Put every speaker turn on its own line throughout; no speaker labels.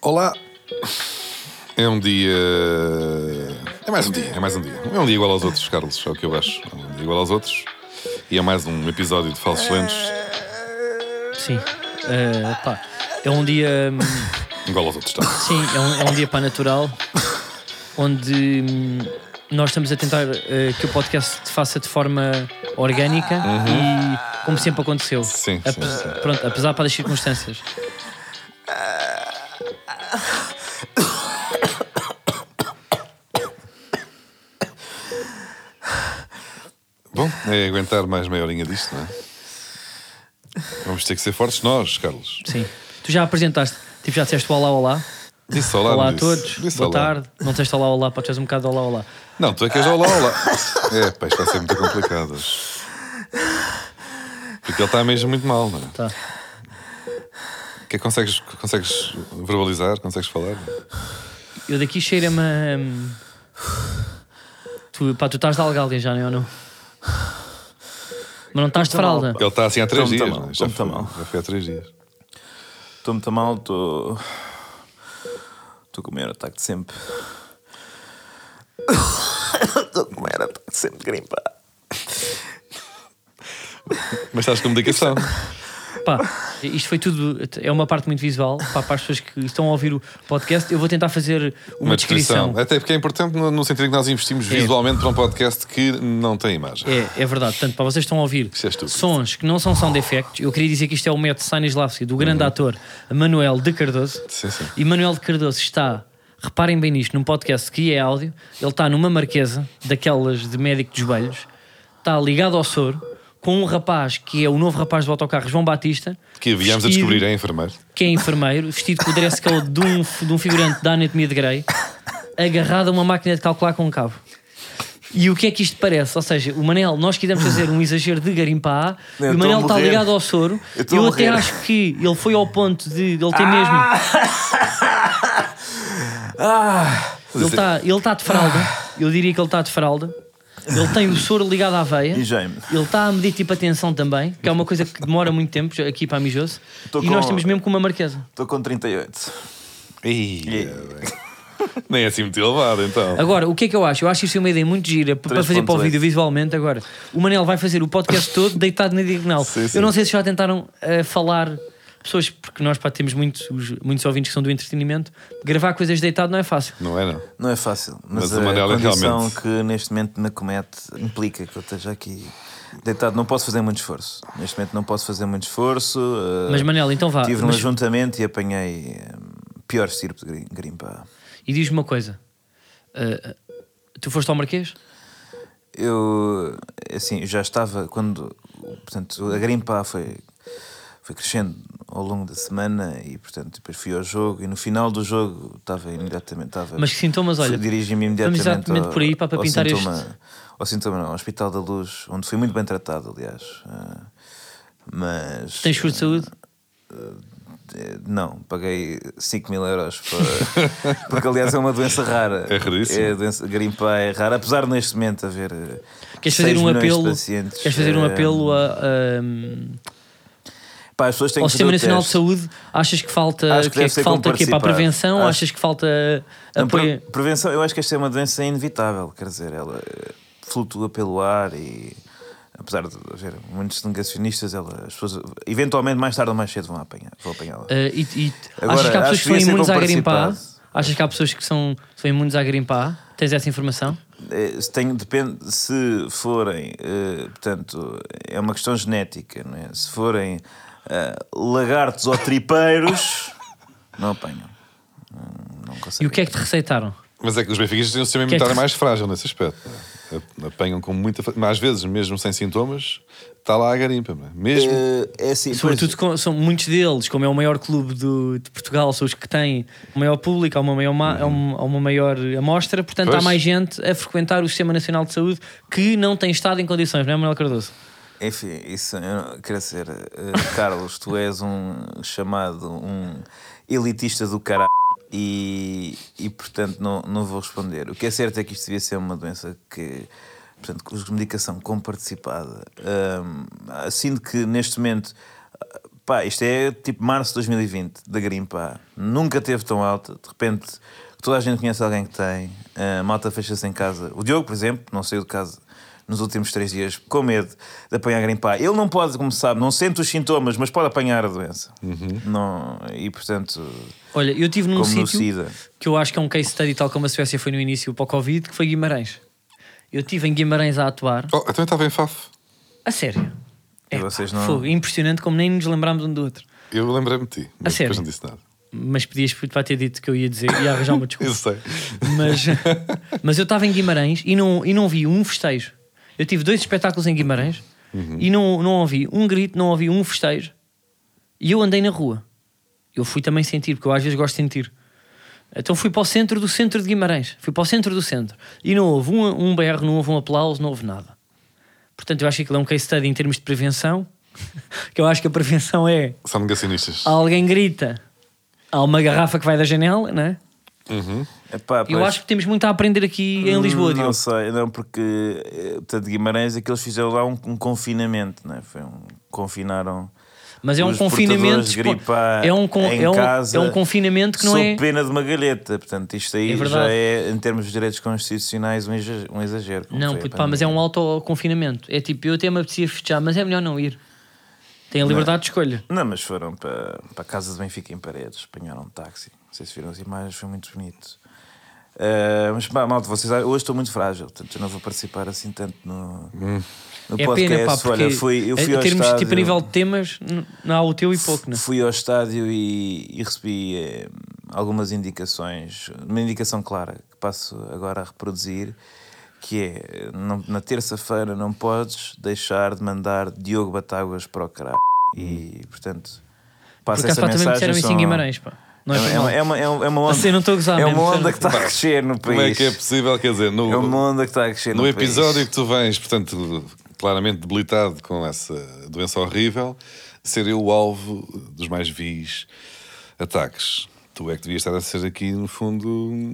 Olá. É um dia. É mais um dia, é mais um dia. É um dia igual aos outros, Carlos, é o que eu acho. É um dia igual aos outros. E é mais um episódio de Falsos Lentes,
Eh, Sim. Eh, pá, é um dia. hum,
igual aos outros, tá?
Sim, é um, é um dia para natural onde hum, nós estamos a tentar eh, que o podcast te faça de forma orgânica e como sempre aconteceu.
Uhum. Sim,
Ape-
sim, sim.
Pronto, apesar para as circunstâncias.
Bom, é aguentar mais meia horinha disto, não é? Vamos ter que ser fortes nós, Carlos.
Sim. Tu já apresentaste, tipo, já disseste o olá, olá.
Disse olá,
Olá
não
a
disse?
todos,
Disse
boa
olá.
tarde. Não tens olá, olá, podes fazer um bocado de olá, olá.
Não, tu é que és olá, olá. É, pá, isto vai ser muito complicado. hoje. Porque ele está mesmo muito mal, não é?
Tá.
Que consegues, consegues verbalizar? Consegues falar?
Eu daqui cheira-me. a, hum, Tu, pá, tu estás de algália já, não é ou não? Mas não estás de
mal,
fralda.
Ele está assim há três
Como tá
dias.
mal,
não é? já,
como tá
foi,
mal.
já foi há três dias.
Estou muito mal, estou. Estou com o maior ataque de sempre. Estou com o maior ataque de sempre de gripa.
Mas estás com medicação.
é Pá, isto foi tudo. É uma parte muito visual. Pá, para as pessoas que estão a ouvir o podcast, eu vou tentar fazer uma,
Uma
descrição.
descrição. Até porque é importante no, no sentido em que nós investimos visualmente para um podcast que não tem imagem.
É, é verdade. Portanto, para vocês que estão a ouvir
Isso é estúpido.
sons que não são sound effects, eu queria dizer que isto é o método Stanislavski do grande ator Manuel de Cardoso.
Uhum. Sim, sim.
E Manuel de Cardoso está, reparem bem nisto, num podcast que é áudio, ele está numa marquesa, daquelas de médico de joelhos, está ligado ao soro, com um rapaz que é o novo rapaz do autocarro, João Batista.
Que viemos a
vestido-
descobrir é enfermeiro.
que é enfermeiro, vestido com o dress code de um, de um figurante da Anatomia de Grey, agarrado a uma máquina de calcular com um cabo. E o que é que isto parece? Ou seja, o Manel, nós quisemos fazer um exagero de garimpar, e
Eu
o
tô
Manel
a
está
morrer.
ligado ao soro.
Eu tô
Eu,
a
até
morrer. Ah!
acho que ele foi ao ponto de ele ter mesmo. Ele está
é-
ele tá de fralda, eu diria que ele está de fralda. Ele tem o soro ligado à veia.
E Jaime?
Ele está a medir tipo a tensão também, que é uma coisa que demora muito tempo aqui para a Mijoso.
Tô
E nós
com-
temos mesmo com uma marquesa.
Estou com 38.
Ih, é bem. Nem é assim muito elevado, então.
Agora, o que é que eu acho? Eu acho isso uma ideia muito gira p- para fazer para o
3.8.
vídeo visualmente. Agora, o Manel vai fazer o podcast todo deitado na diagonal.
Sim, sim.
Eu não sei se já tentaram eh, falar pessoas, porque nós pá, temos muitos, muitos ouvintes que são do entretenimento. Gravar coisas deitado não é fácil.
Não é, não?
Não é fácil, mas,
Mas o Manel
a
é
condição
realmente-
que neste momento me comete implica que eu esteja aqui deitado. Não posso fazer muito esforço. Neste momento não posso fazer muito esforço. eh,
Mas, Manel, então vá.
Tive um
mas-
ajuntamento e apanhei eh, pior estirpe de gri- gripa.
E diz-me uma coisa: Eh, tu foste ao Marquês?
Eu, assim, já estava quando, portanto, a grimpa foi, foi crescendo ao longo da semana e, portanto, depois fui ao jogo e no final do jogo estava imediatamente, estava...
Mas que sintomas, olha,
fui- Dirigi-me imediatamente
exatamente
ao-
por aí para- para
ao
pintar este.
sintoma- Ao sintoma não, ao Hospital da Luz, onde fui muito bem tratado, aliás. Ah, Mas...
Tens seguro de saúde?
Eh, Não, paguei 5 mil euros para- porque aliás é uma doença rara.
É raríssimo.
É a doença, grimpa é rara, apesar de neste momento haver. eh, 6
Queres fazer um
milhões de
apelo?
pacientes,
Queres fazer um
eh,
apelo a, a-
Pá, as pessoas têm
ao
que fazer o
Sistema Nacional de
teste.
Saúde, achas que falta
Acho que
que é
deve
que
ser
falta quê? para a
comparticipar.
prevenção?
Acho-
Achas que falta
Não, pre-
apoio?
Prevenção, eu acho que esta é uma doença inevitável, quer dizer, ela eh, flutua pelo ar e. Apesar de haver muitos negacionistas, ela, as pessoas eventualmente mais tarde ou mais cedo vão apanhar. Vão apanhá-la.
Eh, e, e
Agora,
achas que há pessoas
acho
que
que devia
são
ser
imunes à grimpar?
comparticipado.
Achas que há pessoas que são, são imunes à grimpar? Tens essa informação?
É, se tem- depende se forem, eh, portanto, é uma questão genética, não é? Se forem eh, lagartos ou tripeiros, não apanham. Não- Não
E
conseguem.
o que é que te receitaram?
Mas é que os benfiquistas têm um sistema
Que é que-
imunitário mais frágil nesse aspecto. não é? Apanham com muita. fa- Mas às vezes, mesmo sem sintomas, está lá a garimpa. não é? Mesmo.
Eh, é assim,
Sobretudo com- são muitos deles, como é o maior clube do- de Portugal, são os que têm o maior público, há uma maior, ma- há um- há uma maior amostra, portanto
Pois.
há mais gente a frequentar o Sistema Nacional de Saúde que não tem estado em condições, não é, Manuel Cardoso?
pois, enfim, isso eu não- quer dizer, eh, Carlos, tu és um chamado um elitista do caralho. E, e, portanto não, não vou responder. O que é certo é que isto devia ser uma doença que, portanto, com medicação comparticipada. Hum, assim de que neste momento Pá, isto é tipo março de 2020, da gripe, pá. Nunca teve tão alta. De repente, toda a gente conhece alguém que tem. A malta fecha-se em casa. O Diogo, por exemplo, não saiu de casa nos últimos três dias com medo de apanhar gripe. Ele não pode, como se sabe, não sente os sintomas, mas pode apanhar a doença. Não, e portanto,
Olha, eu estive num
como no
sítio
SIDA.
que eu acho que é um case study, tal como a Suécia foi no início para o Covid, que foi Guimarães. Eu estive em Guimarães a atuar.
Oh, então eu estava em Faf.
A sério.
E
Epá,
vocês não-
fogo, impressionante como nem nos lembrámos um do outro.
Eu lembrei-me de ti, mas
sério?
depois não disse nada.
Mas podias para ter dito que eu ia dizer, ia arranjar uma desculpa.
Eu sei.
mas, mas eu estava em Guimarães e não, e não vi um festejo. Eu tive dois espetáculos em Guimarães e não, não ouvi um grito, não ouvi um festejo. E eu andei na rua. Eu fui também sentir, porque eu às vezes gosto de sentir. Então fui para o centro do centro de Guimarães. Fui para o centro do centro. E não houve um, um BR, não houve um aplauso, não houve nada. Portanto, eu acho que aquilo é um case study em termos de prevenção. Que eu acho que a prevenção é
São negacionistas.
alguém grita, há uma garrafa que vai da janela, não é?
Uhum.
Epá,
Eu
pois-
acho que temos muito a aprender aqui em Lisboa,
Hum, Não
Diogo.
sei, não, porque eh, portanto, Guimarães é que eles fizeram lá um, um confinamento, né? Foi um, confinaram.
Mas é um
os
confinamento.
portadores de
expo-
gripe a-
é, um con-
em
é, um,
casa,
é um confinamento que não
sob
é.
pena de uma galheta. Portanto, isto aí
É verdade.
já é, em termos de direitos constitucionais, um exa- um exagero. como
Não,
foi a
puto, pá, mas é um autoconfinamento. É tipo, eu até me apetecia festejar, mas é melhor não ir. Tem a liberdade de escolha.
pandemia. Não, é? mas foram para, para a casa de Benfica em Paredes, apanharam um táxi. Não sei se viram as imagens, foi muito bonito. Ah, mas pá, malta, vocês hoje estou muito frágil, portanto eu não vou participar assim tanto no, no
É
podcast.
pena, pá, porque
Olha, fui, eu fui
em
ao
termos tipo, a
estádio.
nível de temas, n- não há o teu e pouco, não é?
Fui ao estádio e, e recebi eh, algumas indicações, uma indicação clara que passo agora a reproduzir, que é eh, não- na terça-feira não podes deixar de mandar Diogo Batáguas para o caralho. E portanto
Por
passa
acaso
essa
pá, também
mensagem.
me disseram isso
são-
em Guimarães, pá. Não é,
é,
por
uma- é uma,
mal.
é, uma, é uma- é uma onda,
Assim, não estou a gozar
é uma
mesmo,
onda que está a crescer no
Como é
país.
que é possível? Quer dizer, no,
É uma onda que está a crescer no, país.
no é episódio que tu vens, portanto, claramente debilitado com essa doença horrível, ser eu o alvo dos mais vis ataques. Tu é que devias estar a ser aqui, no fundo,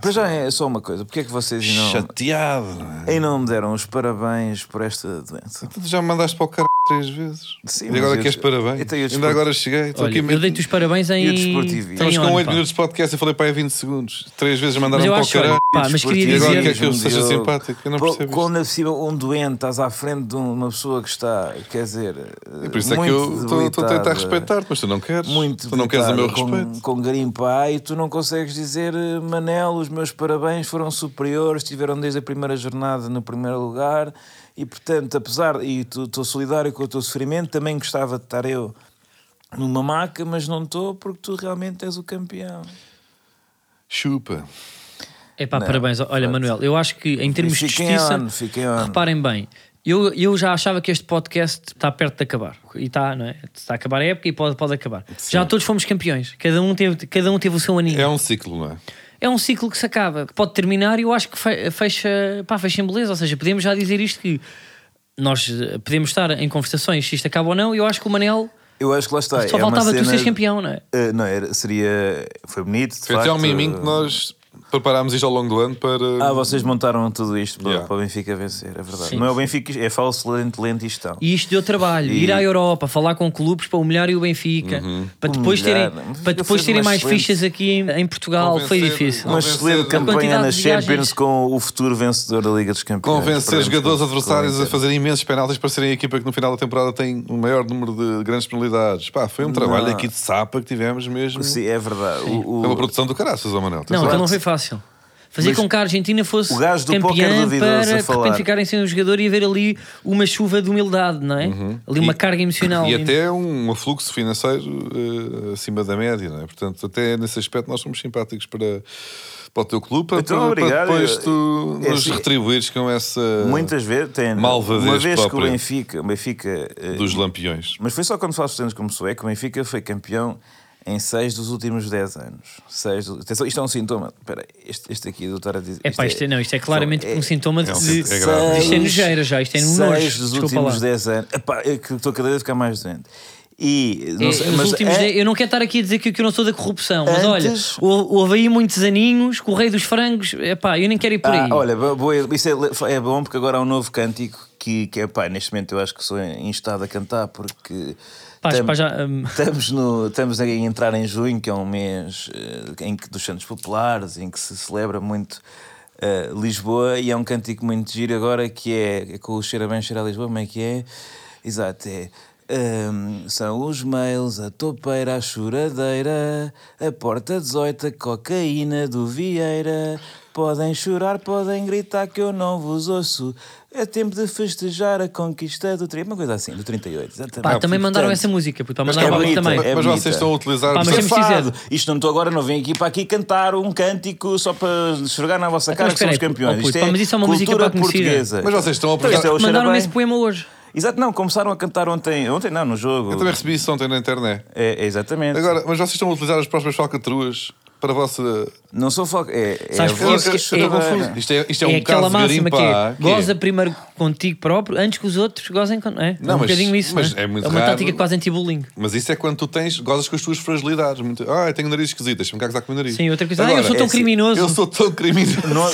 Pois já é só uma coisa, porque é que vocês ainda
chateado. não é?
não, ainda não me deram os parabéns por esta doença?
Tu já me mandaste para o caralho três vezes.
Sim,
e
mas
agora
eu-
queres parabéns?
Então, e o
Ainda
desporto?
agora cheguei. Estou
Olha,
aqui
eu dei-te os parabéns em.
E o desportivo?
em
Estamos com
on,
8
pá.
minutos de podcast. Eu falei para aí 20 segundos. Três vezes
Mas
mandaram
eu
para o
acho, olha,
caralho.
pá, mas queria
E agora
dizer.
quer que eu seja simpático? Eu não
Pô,
percebo isto.
Quando é possível um doente estás à frente de uma pessoa que está, quer dizer,
Por isso é que eu estou estou a tentar respeitar, mas tu não queres.
Muito
tu não queres o meu
debilitada, com,
respeito.
Com garimpa e tu não consegues dizer, eh, Manel, os meus parabéns foram superiores, estiveram desde a primeira jornada no primeiro lugar e, portanto, apesar, e tu- estou solidário com o teu sofrimento, também gostava de estar eu numa maca, mas não estou porque tu realmente és o campeão.
Chupa.
É pá, parabéns. Olha, Manuel, eu acho que em termos de
Fiquem
justiça,
on, fiquem on.
reparem bem, eu, eu já achava que este podcast está perto de acabar. E está, não é? Está a acabar a época e pode, pode acabar. Já todos fomos campeões. Cada um teve, cada um teve o seu aninho.
É um ciclo, não é?
É um ciclo que se acaba, que pode terminar e eu acho que fe- fecha, pá, fecha em beleza. Ou seja, podemos já dizer isto que nós eh, podemos estar em conversações se isto acaba ou não. e Eu acho que o Manel
Eu acho que lá está.
só
é uma
faltava tu
cena-
seres campeão, não é?
Uh, não, era, seria. Foi bonito. De
Foi até
facto.
ao miminho que nós preparámos isto ao longo do ano para.
Ah, vocês montaram tudo isto para,
Yeah.
para o Benfica vencer, é verdade.
Sim,
não é o Benfica, é falso, lento, lento e estão.
E isto deu trabalho. Ir à Europa, falar com clubes para humilhar o Benfica, para depois
Humilhar,
terem,
não. Mas
para
fica
depois
sendo
terem
uma
mais
excelente- é?
fichas aqui em, em Portugal.
Convencer-
Foi difícil.
Não.
Uma
Convencer-
excelente
A
campanha
quantidade
na
de viagens-
Champions com o futuro vencedor da Liga dos Campeões.
Convencer
Esperemos
jogadores
que- que
adversários a
vencer.
fazer imensos penaltis para serem a equipa que no final da temporada tem o maior número de grandes penalidades. Pá, foi um trabalho aqui de sapa que tivemos mesmo.
Sim, é verdade. O,
Foi uma
o,
produção do caraças, ó Manel.
Não, então
Exato.
não foi fácil. Fazer
Mas
com que a Argentina fosse
o gajo do póquer
campeã
duvidoso a
para de
falar.
repente ficarem sem um jogador e haver ali uma chuva de humildade, não é? Ali uma
E-
carga emocional.
E
ali.
até um afluxo financeiro eh, acima da média, não é? Portanto, até nesse aspecto nós somos simpáticos para, para o teu clube, para,
Então,
para-
obrigado.
para depois tu
É
nos
assim,
retribuires com essa
muitas vezes tem.
Malvadez
Uma vez que o
própria.
Benfica, o Benfica eh,
dos lampiões.
Mas foi só quando Fausto Santos começou. É que o Benfica foi campeão em 6 dos últimos 10 anos. Seis do... Atenção, isto é um sintoma. Espera, aí, este, este aqui do estar a dizer.
É pá, isto é, não, isto é claramente um sintoma de.
é um
de-
sintoma. grave.
Seis-
Isto é nojeira já, isto é um nojo,
seis dos
desculpa
últimos
lá.
10 anos. Epá, eu que estou cada vez a ficar mais doente. E.
É,
Não sei,
os
mas
últimos
é-
dez- eu não quero estar aqui a dizer que, que eu não sou da corrupção, mas olha,
Antes-
hou- houve aí muitos aninhos, com o rei dos frangos, é pá, eu nem quero ir por
Ah,
aí.
olha, bo- boa, isso é, le- é bom porque agora há um novo cântico que, que é pá, neste momento eu acho que sou instado a cantar porque
Pá,
Tam-
pá, já, hum,
Estamos, no, estamos a entrar em junho, que é um mês eh, em que, dos Santos Populares, em que se celebra muito eh, Lisboa, e é um cântico muito giro agora que é, é com o Cheira Bem, Cheira a Lisboa, como é que é? Exato, é. ehm, são os mails, a topeira, a choradeira, a porta 18, a cocaína do Vieira. Podem chorar, podem gritar que eu não vos ouço. É tempo de festejar a conquista do 38. Uma coisa assim, do 38, exatamente.
pá, também mandaram
Portanto,
essa música, puto, pá,
é
mandaram
é
para
bonita,
outro também.
mas,
é
mas
bonita.
vocês estão a utilizar.
Pá, mas temos-
Safado.
dizer-
Isto não estou agora, não vem aqui para aqui cantar um cântico só para esfregar na vossa
Então,
cara
mas
que somos
espera aí,
campeões.
oh, puto,
Isto
pá,
é
mas isso é uma música
cultura
para conhecer.
portuguesa.
Mas vocês estão a
Então, isto é o Cheira
Mandaram-me
Bem.
esse poema hoje.
Exato, não, começaram a cantar ontem, ontem não, no jogo.
Eu também recebi isso ontem na internet.
É, é exatamente.
Agora, mas vocês estão a utilizar as próprias falcatruas para a vossa.
não sou foco. É, é
Sabes
a
porquê?
vossa
Porque
Estou
Cheira Bem.
confuso. Isto é, isto é,
é
um
aquela
caso de
máxima
garimpa.
que é,
que é-
goza primeiro contigo próprio antes que os outros gozem contigo. É,
Não,
é um
mas-
bocadinho isso.
mas
não
é muito
uma
raro.
tática quase anti-bullying.
Mas isso é quando tu tens, gozas com as tuas fragilidades. Muito, ah, eu tenho um nariz esquisito, deixa-me cá gozar com o meu nariz.
Sim, outra coisa. ah, eu
Agora,
sou tão
é assim,
criminoso.
Eu sou tão criminoso.
é
Não-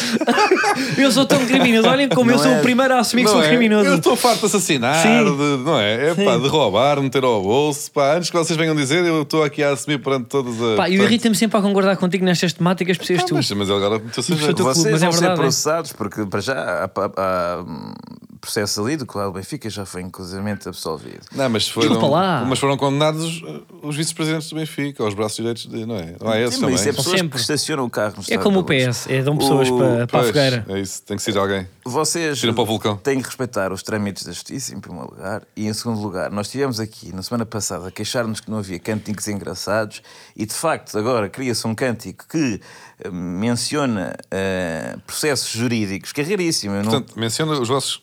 Eu sou tão criminoso. Olhem como
Não
eu sou
é-
o primeiro a assumir que sou
é? Eu
criminoso.
estou farto de assassinar,
Sim.
de, não é? É pá, de roubar, meter ao bolso. Pá, antes que vocês venham dizer, eu estou aqui a assumir perante todas as.
Pá, eu
portanto-
irrita-me sempre a concordar contigo nestas temáticas, por seres
Ah,
tu.
mas, mas ele agora meteu-se a
Mas eu
jeito.
estou-
Vocês
mas é
vão ser
verdade, é?
processados, porque para já há, há- há, hum, processo ali do qual o Benfica já foi inclusivamente absolvido.
Não, mas foram,
Desculpa lá.
mas foram condenados eh, os vice-presidentes do Benfica, aos braços direitos. De, não é? Não é esses
Sim, mas
também.
isso é pessoas
Sempre.
que estacionam o carro no
É
Estádio
como o
da Luz.
PS, é dão pessoas
O-
para, para a
Pois,
fogueira.
É isso, tem que ser alguém.
Vocês
Tiram para o vulcão.
têm que respeitar os trâmites da justiça, em primeiro lugar. E em segundo lugar, nós estivemos aqui na semana passada a queixar-nos que não havia cânticos engraçados, e de facto agora cria-se um cântico que eh, menciona eh, processos jurídicos, que é raríssimo. Eu não-
Portanto, menciona os vossos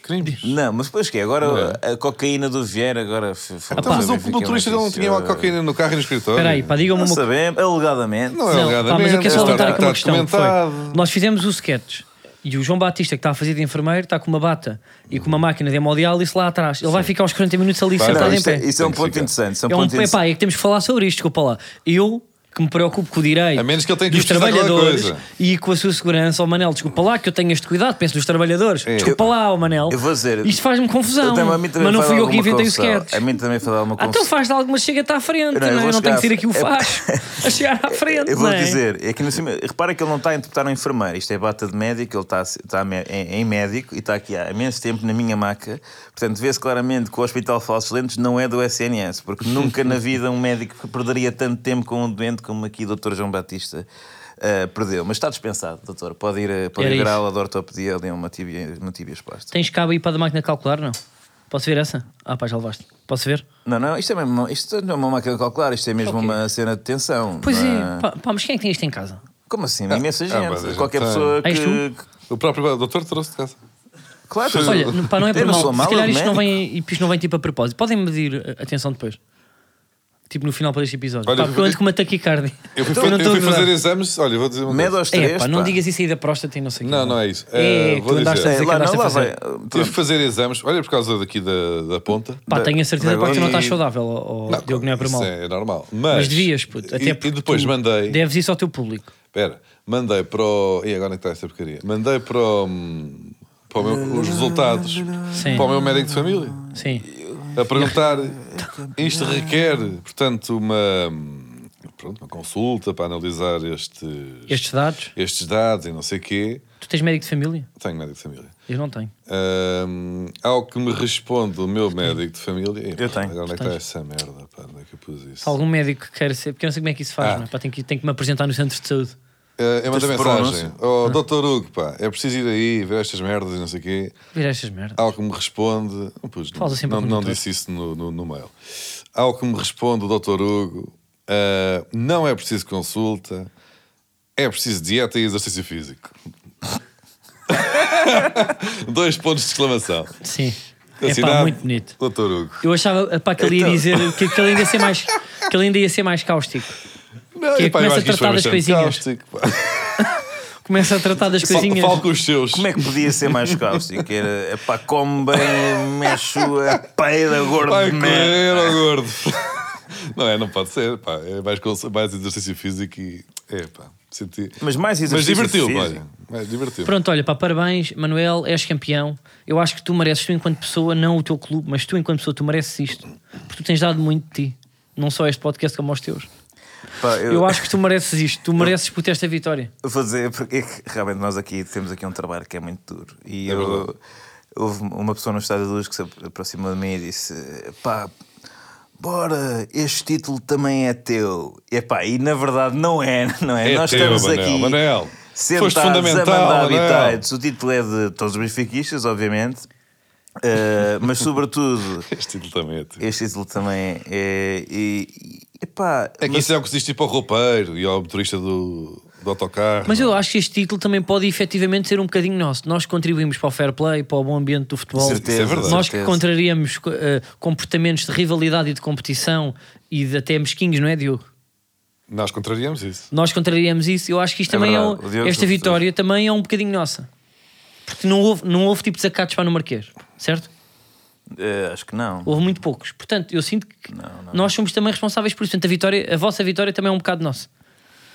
crimes.
não, mas depois que é? Agora
Não
a cocaína do Vieira, agora. f- f-
Então, mas o
Benfica é
motorista não
notícia.
tinha uma cocaína no carro e no escritório.
Espera aí, pá, digam-me
Não
uma coisa.
sabemos, alegadamente.
Não é
Não, pá, mas eu quero
alegadamente,
só levantar aqui uma
está
questão. que foi,
documentado.
nós fizemos o sketch e o João Batista, que está a fazer de enfermeiro, está com uma bata e com uma máquina de hemodiálise lá atrás. Ele vai ficar aos 40 minutos ali
Vai,
Não,
sentado em
isto é,
pé.
isso é um
Tem que
ponto
ficar.
interessante. isso é um
É um
ponto interessante.
pá, é que temos que falar sobre isto, desculpa lá. Eu que me preocupo com o direito
A menos que ele tenha que
dos
justificar qualquer
trabalhadores
coisa.
e com a sua segurança, ó Manel, desculpa lá que eu tenho este cuidado, penso nos trabalhadores. Desculpa lá, ó Manel.
É. eu vou dizer-
Isto faz-me confusão.
Eu também- a mim também
mas não
faz
fui eu que
alguma
inventei
confusão.
o sketch.
A mim também foi alguma
Ah,
confusão.
então faz de alguma chega-te à frente,
Não, eu
não, é?
vou
Eu não tenho
chegar
que ser aqui o
à fre-
faz. a chegar à frente.
Eu vou
não é?
dizer, é que no cima, repara que ele não está a interpretar um enfermeiro, isto é bata de médico, ele está, a se- está a me- em, em médico e está aqui há imenso tempo na minha maca, portanto vê-se claramente que o Hospital Falsos Lentes não é do SNS, porque nunca na vida um médico perderia tanto tempo com um doente como aqui o Dr. João Batista. ah, perdeu, mas está dispensado, doutor. Pode ir, a- pode
Era
ir
isso.
à aula de ortopedia ali é uma tibia, uma tibia exposta.
Tens cabo aí para a máquina de calcular, não? Posso ver essa? Ah, pá, já levaste. Posso ver?
Não, não, isto é mesmo, isto não é uma máquina de calcular, isto é mesmo
Ok.
uma cena de tensão.
Pois
não
é. Pá, pá, mas quem é que tem isto em casa?
Como assim? Imensa gente.
Ah, mas a gente
Qualquer
tem.
pessoa
Ah, és
que.
tu?
O próprio doutor trouxe de casa.
Claro,
Olha, n- pá, não é
Eu
por mal.
sou
Se
mau
calhar isto não,
médico.
vem, isto não vem tipo a propósito. Podem medir a atenção depois. Tipo no final para este episódio.
Olha,
Pá,
eu
porque eu
fui-
ando com uma taquicardia.
Eu fui,
Então,
fa-
não
eu
estou
fui
a gozar.
fazer exames. Olha, vou dizer uma
Mede
coisa.
aos três.
É, pá, não
pá.
digas isso aí da próstata e não sei o quê.
Não, não é isso.
É,
Eh,
tu
vou
andaste a
dizer.
dizer
É,
que
lá,
andaste
não,
a
lá vai.
fazer.
Tive
Pronto.
que fazer exames. Olha, por causa daqui da, da ponta.
Pá,
Da-
tenho a certeza
é
da-
pá, que tu não estás
e-
saudável, ó, ó, Diogo, não é para
isso
mal.
É normal. Mas,
Mas devias, puto. Até
e,
porque
e depois
tu
mandei.
Deves isso ao teu público.
Espera, mandei para o. E agora onde é que está essa porcaria? Mandei para o. hum, Para o meu- os resultados
Sim.
para o meu médico de família
Sim.
a perguntar isto requer, portanto, uma, hum, pronto, uma consulta para analisar estes,
Estes dados.
estes dados e não sei o quê.
Tu tens médico de família?
Tenho médico de família.
Eu não tenho.
Hum, ao que me responde o meu médico de família. Epá,
Eu tenho.
Agora onde é que está essa merda? Pá, onde é que eu pus isso?
Se alguém algum médico que queira ser, porque eu não sei como é que isso faz,
Ah.
não é? Pá, tenho, que, tenho que me apresentar no centro de saúde.
Eh, eu mandei
Tens de pôr um
mensagem. Oh, Dr. Hugo, pá, é preciso ir aí ver estas merdas e não sei o quê.
Vira estas merdas.
Ao que me responde. não pus, não,
Fala sempre
não,
ao
não
condutor.
disse isso no, no, no mail. Ao que me responde o Dr. Hugo, ah, não é preciso consulta, é preciso dieta e exercício físico. Dois pontos de exclamação.
Sim. É pá,
Assinado,
muito bonito.
Dr. Hugo.
Eu achava pá, que ele ia dizer que, que ele ainda ia ser mais que ele ainda ia ser mais cáustico.
Não,
Que
epá, eu
começa a
acho que isto foi
tratar das
bastante
coisinhas.
cáustico, pá.
Começa a tratar das
Fala,
coisinhas.
fala com os seus.
Como é que podia ser mais cáustico? Era pá, come bem, mexe a peida, gordo
Vai
de merda.
é, correr, ó gordo. Não é, não pode ser. Pá. É mais, cons- mais exercício físico e É, pá. Senti...
Mas mais
Mas
exercício
divertiu-me,
físico.
olha. Mas divertiu
Pronto, olha, pá, parabéns, Manuel, és campeão. Eu acho que tu mereces, tu enquanto pessoa, não o teu clube, mas tu enquanto pessoa, tu mereces isto. Porque tu tens dado muito de ti. Não só este podcast, como aos teus.
Pá, eu,
Eu acho que tu mereces isto. Tu mereces por ter esta vitória.
vou dizer porque é que realmente nós aqui temos aqui um trabalho que é muito duro. E
É
eu-
verdade.
houve uma pessoa no estádio de luz que se aproximou de mim e disse: pá, bora, este título também é teu. E, pá, e na verdade não é, não é?
É
nós
teu,
estamos
Manel,
aqui.
Manel.
Sentados
Foste fundamental,
a mandar
Manel.
habitats. O título é de todos os benfiquistas, obviamente, Eh, mas sobretudo
este título também. É, tipo.
Este título também é. E, e, epá,
é que isso é o que se diz tipo ao roupeiro e ao motorista do, do autocarro.
Mas eu acho que este título também pode efetivamente ser um bocadinho nosso. Nós contribuímos para o fair play, para o bom ambiente do futebol.
Certeza, Isso é verdade.
Nós que
certeza.
contrariamos eh, comportamentos de rivalidade e de competição e de até mesquinhos, não é, Diogo?
Nós contrariamos isso.
Nós contrariamos isso. Eu acho que
É
isto também é
verdade.
um-
O Diogo-
esta vitória também é um bocadinho nossa. Porque não houve, não houve tipo desacatos para no Marquês, certo?
eh, acho que não.
Houve muito poucos. Portanto, eu sinto que nós somos também responsáveis por isso. Portanto, a, vitória, a vossa vitória também é um bocado nossa.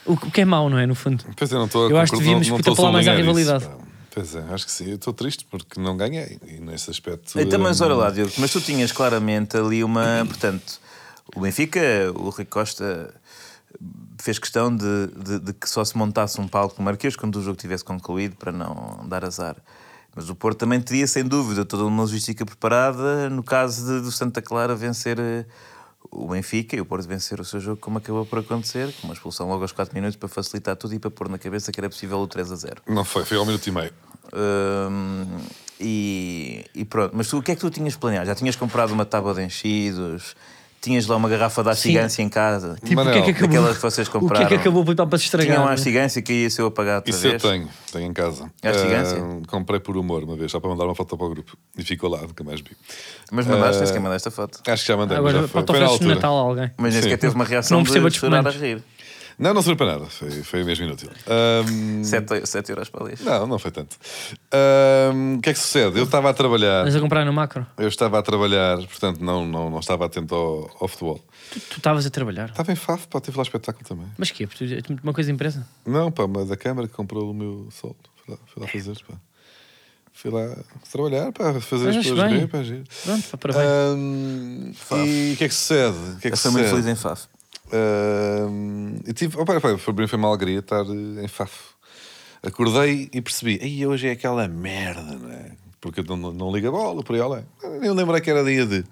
O que o que é mau, não é? No fundo.
Pois eu não estou a
Eu acho
concordar-
que devíamos
não estou a
puta, falar mais à
sublinhar isso,
rivalidade.
pá. Pois é, acho que sim. Eu estou triste porque não ganhei. E nesse aspecto.
Então, mas
hum,
olha lá, Diogo, mas tu tinhas claramente ali uma. Portanto, o Benfica, o Rui Costa fez questão de, de- de que só se montasse um palco no Marquês quando o jogo tivesse concluído para não dar azar. Mas o Porto também teria, sem dúvida, toda uma logística preparada no caso de, do Santa Clara vencer eh, o Benfica e o Porto vencer o seu jogo, como acabou por acontecer, com uma expulsão logo aos 4 minutos para facilitar tudo e para pôr na cabeça que era possível o 3 a 0.
Não foi, foi ao minuto e meio.
Hum, e, e pronto, mas tu, o que é que tu tinhas planeado? Já tinhas comprado uma tábua de enchidos? Tinhas lá uma garrafa de astigância em casa?
Tipo, o que é que
Manel,
acabou?
daquelas que vocês
O que é que
compraram?
acabou puta, para se estragar?
Tinha um
não
uma
é?
astigância que ia ser eu apagar outra
Isso
vez?
eu tenho, tenho em casa.
É astigância?
Ah, comprei por humor uma vez, só para mandar uma foto para o grupo. E ficou lá, nunca mais vi.
Mas mandaste,
Ah,
nem sequer mandaste a foto.
Acho que já mandei, mas
Agora,
já foi.
para
Foi na
ofereces de
altura.
Natal a alguém.
Mas nem
sim.
sequer teve uma reação
Não percebo
de
a
chorar a
descomandos.
rir.
Não, não serve para nada. Foi, foi mesmo inútil. Ahm,
7, euros para lixo.
não, não foi tanto. Ahm, O que é que sucede? Eu estava a trabalhar.
Mas a comprar no macro.
Eu estava a trabalhar, portanto, não, não, não estava atento ao, ao futebol.
Tu tu estavas a trabalhar.
Estava em FAF, pá, teve lá espetáculo também.
Mas que é? Porque tu- tu- Uma coisa impressa?
Não, pá, mas a câmara que comprou o meu solo. Fui lá, fui lá fazer, pá. Fui lá trabalhar, pá, fazer as
Mas acho
pessoas
bem.
bem, pá, giro.
Pronto, pá,
Ah.
parabéns.
Ahm, e o que é que sucede? O que é que
Eu sou muito
sucede?
feliz em Faf.
Ahm, eu tive, opa, opa, foi, bem, foi uma alegria estar eh, em Fafo. Acordei e percebi, aí hoje é aquela merda, não é? Porque eu não, não, não ligo a bola, por aí além. Eu lembrei que era dia de.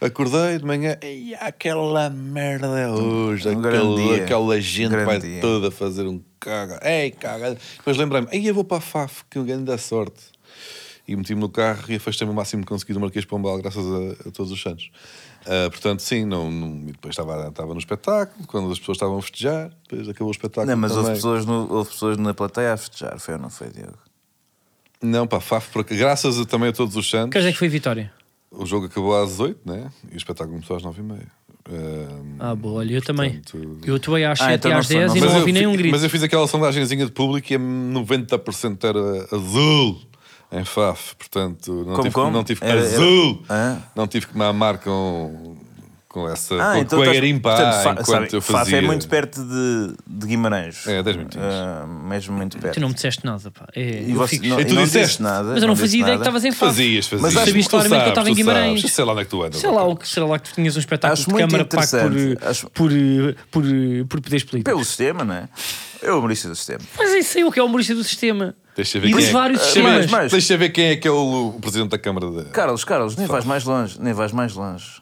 Acordei de manhã, ei, aquela merda é hoje,
Um grande
aquela,
dia.
aquela
Um
gente
grande
vai
dia.
toda fazer um caga, ei, caga. Depois lembrei-me, aí eu vou para a FAF, que alguém dá sorte. E meti-me no carro e afastei-me o máximo que consegui do Marquês de Pombal, graças a, a todos os santos. Ah, portanto, sim, não, não- e depois estava, estava no espetáculo, quando as pessoas estavam a festejar, depois acabou o espetáculo.
Não, mas houve
também.
pessoas, no- houve pessoas na plateia a festejar, foi ou não foi, Diogo?
Não, pá, FAF, porque graças a- também a todos os santos.
Que horas é que foi a vitória?
O jogo acabou às 8, né? E o espetáculo começou às 9h30. Ah,
Ah, boa, olha, eu também.
portanto-
Eu atuei às
Ah,
7
então
e
não
às
foi-
10
não
e
foi-
não
eu
ouvi
fi-
nenhum grito.
mas eu fiz aquela sondagenzinha de público e a 90% era azul em FAF, portanto não
Como,
tive,
como?
Que, não tive que-
Era- era-
azul!
Hã?
Não tive que me amar com, com essa
Ah,
com,
então
com a
estás-
garimpá
portanto, Fa-
enquanto
sabe,
eu
Faf
fazia.
é muito perto de, de Guimarães.
É, 10 minutinhos.
Ah, mesmo muito perto.
Tu não me disseste nada, pá. É,
E
eu
você-
fico-
não-
E tu
eu não
disseste?
disse nada.
Mas eu não
disse
fazia ideia que
nada.
estavas em fase.
Fazias, fazias.
Mas acho-
Tu
sabias claramente que eu estava em
tu sabes.
Guimarães.
sei lá onde é que tu andas.
Sei lá, o que- sei lá que tu tinhas um espetáculo
Acho
de
muito
câmara pago por,
interessante. Acho-
por, eh, por, eh, por poderes políticos.
Pelo sistema, não é? É o humorista do sistema.
Mas isso aí é o que é o humorista do sistema.
Deixa ver
E
quem
dos
é-
vários
Deixa ver-
sistemas.
Ah, Mas- mas-
Deixa ver quem é que é o, o presidente da Câmara de...
Carlos, Carlos, nem vais mais longe, nem vais mais longe.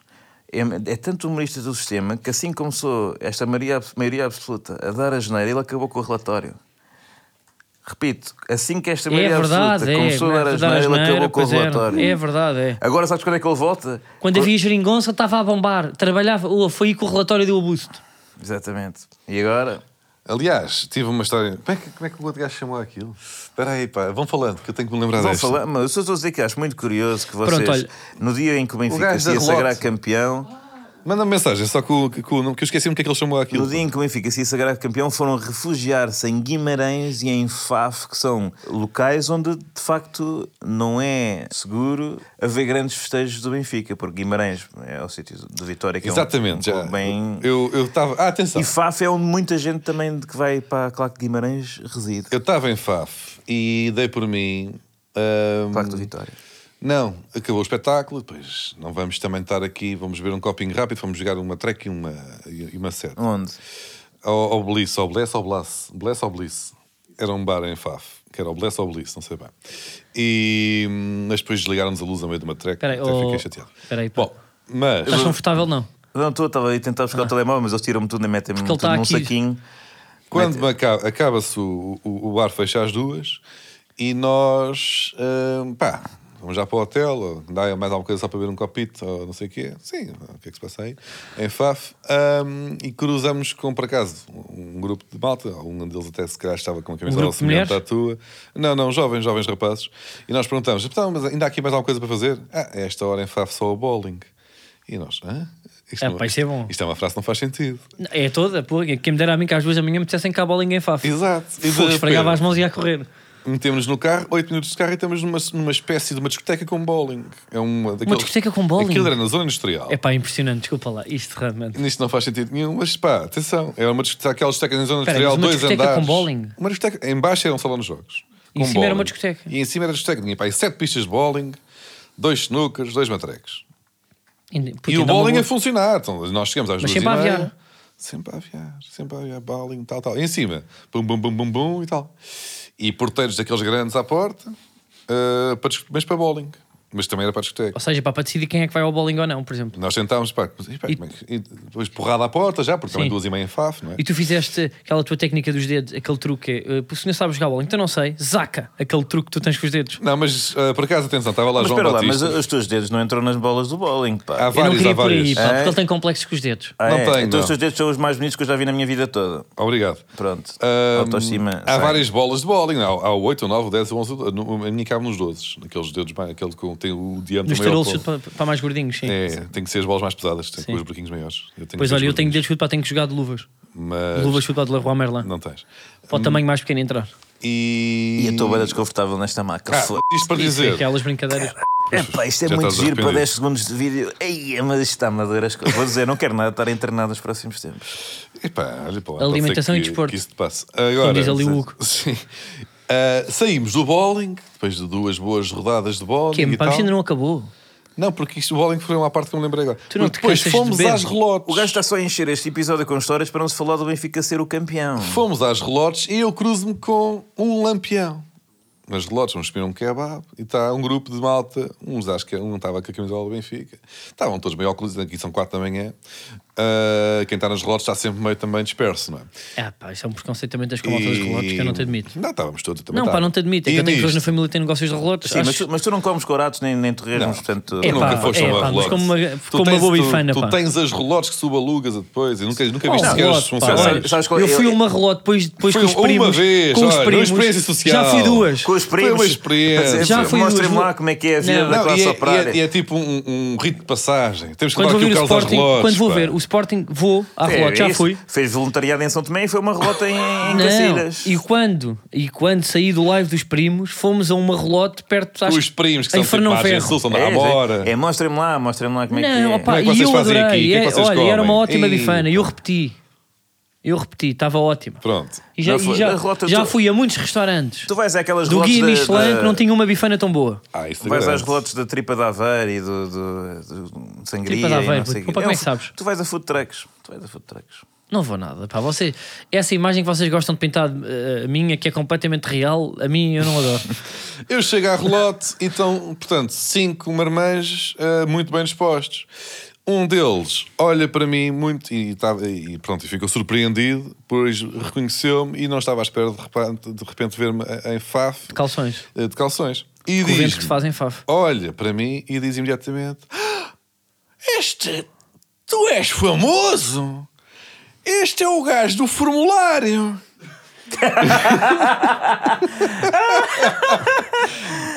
É, é tanto humorista do sistema que assim começou esta maioria, maioria absoluta a dar a geneira, ele acabou com o relatório. Repito, assim que esta
É
maioria
verdade,
absoluta
é.
começou a dar a
dar
geneira, ele
asneira,
acabou com o
pois era.
relatório.
É verdade, é.
Agora sabes quando é que ele volta?
Quando havia geringonça, estava a bombar. Trabalhava. Oh, Foi aí que o relatório deu o busto.
Exatamente. E agora?
Aliás, tive uma história. Como é que, como é que o outro gajo chamou aquilo? Espera aí, pá, vão falando, que eu tenho que me lembrar
Vão
desta.
falar, mas eu só estou a dizer que acho muito curioso que vocês,
Pronto, olha.
no dia em que o Benfica
gajo
se ia
da Relote.
sagrar campeão,
Manda-me mensagem, só que, o- que, que, o nome- que eu esqueci-me o que é que ele chamou aquilo.
No dia em que o Benfica se sagrado campeão, foram refugiar-se em Guimarães e em Faf, que são locais onde de facto não é seguro haver grandes festejos do Benfica, porque Guimarães é o sítio do Vitória que
Exatamente,
é um, um
já.
clube bem.
Eu eu estava. ah, atenção.
E Faf é onde muita gente também de que vai para a Claque de Guimarães reside.
Eu estava em FAF e dei por mim. ahm,
Claque do Vitória.
Não, acabou o espetáculo, depois não vamos também estar aqui, vamos beber um copinho rápido, vamos jogar uma track e uma, e uma set.
Onde?
Ao, ao Bliss, ao Bless, ao Bless, Bless, ao Bliss. Era um bar em Faf, que era o Bless, ao Bliss, não sei bem. E, hum, mas depois desligaram-nos a luz a meio de uma track,
Peraí,
até
oh,
fiquei chateado.
peraí, pá.
Bom, mas...
Estás confortável, não?
Não estou, estava aí a tentar
Ah.
buscar o telemóvel, mas eles tiram-me tudo e metem-me
Porque ele
tudo
está
num
aqui.
saquinho.
é
Quando acaba- acaba-se o, o, o bar, fecha às duas e nós, hum, pá, vamos já para o hotel, ou dá mais alguma coisa só para beber um copito, ou não sei o quê. Sim, o que é que se passa aí? Em Faf. hum, e cruzamos com, por acaso, um grupo de malta, um deles até se calhar estava com a camisola
Um grupo de
semelhante à
mulheres?
tua. Não, não, jovens, jovens rapazes. E nós perguntamos, "Então, mas ainda há aqui mais alguma coisa para fazer? Ah, a esta hora em Faf só o bowling. E nós, hã? Isto,
É,
não-
pá, isto é bom.
isto é uma frase que não faz sentido.
É toda, pô. Quem me dera a mim que às duas da manhã me dissessem cá a bola ninguém faz.
Exato. E de
Fogo, esfregava
repente-
as mãos e ia a correr.
Metemos-nos no carro, 8 minutos de carro e estamos numa, numa espécie de uma discoteca com bowling. É uma, daqueles-
Uma discoteca com bowling?
Aquilo era na zona industrial.
É pá, impressionante, desculpa lá. Isto realmente.
Nisto não faz sentido nenhum, mas pá, atenção. Era uma discoteca, aquelas discotecas na zona
Espera,
industrial,
mas uma
dois
discoteca
andares.
com bowling?
Uma discoteca, em baixo era um salão de jogos.
E
com
em cima era
bowling.
uma discoteca?
E em cima era discoteca. Tinha pá, aí 7 pistas de bowling, dois snookers, dois matrecos.
Ainda- puta,
E o
ainda é uma
bowling
boa-
a funcionar. Então, nós chegamos às duas
Mas sempre
e
a
meia.
aviar.
Sempre a aviar, sempre a aviar, bowling, tal, tal. E em cima, bum, bum, bum, bum, bum e tal. E porteiros daqueles grandes à porta, ah, para discu- mas para bowling. Mas também era para discoteca.
Ou seja, pá, para decidir quem é que vai ao bowling ou não, por exemplo.
Nós sentámos, pá, mas, e, pá, como é que- e depois porrada à porta já, porque também
Sim.
duas e meia em Faf, não é?
E tu fizeste aquela tua técnica dos dedos, aquele truque, eh, porque o senhor sabe jogar bowling, então não sei, zaca, aquele truque que tu tens com os dedos.
Não, mas ah, por acaso, atenção, estava lá
Mas
João
espera lá, mas eh,
Batista.
os teus dedos não entram nas bolas do bowling, pá.
Há
Eu não
vários, há
queria por
vários.
aí, pá,
É?
porque ele tem complexos com os dedos.
Ah,
não
é?
tenho,
Então
não.
os teus dedos são os mais bonitos que eu já vi na minha vida toda.
Obrigado.
Pronto.
Ahm,
Autoestima.
Há
sai.
várias bolas de bowling. Há, há o 8, o 9, o 10, o 11. o- no- A minha cabe nos 12. Naqueles dedos, mais- aquele que tem é o diâmetro
Nos
maior.
tarolos
pô.
chute para, para mais gordinhos, sim.
É, tem que ser as bolas mais pesadas, tem que
Sim.
pôr os bloquinhos maiores. Eu tenho
Pois
que ter
olha, eu
os
tenho
bloquinhos,
dedos chute, pá, tenho que jogar de luvas.
Mas
Luvas chute lá de Leroy Merlin.
não tens. Hum.
Para o tamanho mais pequeno entrar.
E.
E eu estou bem desconfortável nesta maca.
Ah,
Foda-se.
isto para
Isso é
dizer.
aquelas brincadeiras.
Epá, isto é
Já
muito giro
estás
para
arrependido.
10 segundos de vídeo. Ei, mas isto está a doer as coisas. Vou dizer, não quero nada estar internado nos próximos tempos.
Epá, olha para lá,
Alimentação
pode ser que-
e desporto.
Que isso te passe. Agora,
diz ali o Hugo.
Sim. Ah, saímos do bowling, depois de duas boas rodadas de bowling.
Que é,
e
pá, isto
tal.
ainda não acabou.
Não, porque isto, o bowling foi uma parte que eu me lembrei agora.
Tu não
Porque
te
depois
cansas de
fomos
beber?
às relotes.
O gajo está só a encher este episódio com histórias para não se falar do Benfica ser o campeão.
Fomos às relotes e eu cruzo-me com um lampião. Nas relotes vamos comer um kebab e está um grupo de malta, uns acho que um estava com a camisola do Benfica, estavam todos meio óculos, aqui são quatro da manhã. Ah, quem está nas relotes está sempre meio também disperso, não é?
É, pá, isso é um preconceito também tens com malta dos relotes que eu não te admito.
Não, estávamos todos também.
Não, pá,
estávamos.
não te admito.
Tá. E
É que eu tenho pessoas na
nisto,
família que têm negócios de relotes.
Sim, mas
Acho-
tu, mas tu não comes coratos nem, nem torresmos, portanto.
Tu
É
nunca
pá,
foste a
é
uma
pá, mas
relote.
como uma-
Tu
como uma
tens-
boa
tu-
bifana,
Tu
pá.
tens as relotes que subalugas depois. Eu nunca, nunca
Oh,
viste sequer as
relote, pá,
funcionárias.
olha,
Sabes qual-
eu fui a
é-
uma relote depois, depois
Foi
com os
uma
primos.
vez,
com os
olha, uma
primos.
experiência social.
Já fui duas.
Com os primos.
Foi uma experiência.
Já fui
Mostrem-me
duas-
lá como é que é a vida
Não.
da
Não, e
classe
é,
operária.
e é- e é tipo um, um rito de passagem. Temos que é
Quando
levar aqui o
vou, ver o
Carlos aos
Sporting,
relotes.
quando vou
pá.
ver o Sporting, vou à
É,
relote, ah, já
isso.
fui.
Fez voluntariado em São Tomé e foi uma relota em, em
Não.
Cacilhas.
E quando, e quando saí do live dos primos, fomos a uma relote perto acho,
Os primos que
em
são tipo
Fernão
mais
Ferro.
insultam
É,
à mora.
É, mostrem-me lá, mostrem-me lá como é que é.
Não, opá,
Como é que
e
vocês
eu
fazem
adorei.
aqui? O que é que
É,
vocês
olha, era uma
comem?
ótima
Ei.
bifana. Eu repeti. Eu repeti, estava ótimo.
Pronto.
E já,
Não
e
foi-
já,
a relota
já
tu-
fui a muitos restaurantes.
Tu vais àquelas
Do
relotes
Guia
da-
Michelin
da-
que não tinha uma bifana tão boa.
Ah, isso
Vais às
agora.
relotes da tripa de Aveiro e do, do, do- de sangria.
Tripa de
e
Aveiro,
não sei o quê.
puto. Opa, como é que
um-
sabes?
Tu vais a food trucks. Tu vais a food trucks.
Não vou nada. Pá, você, essa imagem que vocês gostam de pintar eh, a minha, que é completamente real, a mim eu não adoro.
Eu chego à relote e estão, portanto, cinco marmanjos ah, muito bem dispostos. Um deles olha para mim muito e, estava- e pronto, e ficou surpreendido, pois reconheceu-me e não estava à espera de repente, de repente ver-me ah, em FAF
Calções.
eh, de calções. E
Correntes que se
diz
fazem faf.
olha para mim e diz imediatamente: "Ah, Este, tu és famoso? Este é o gajo do formulário.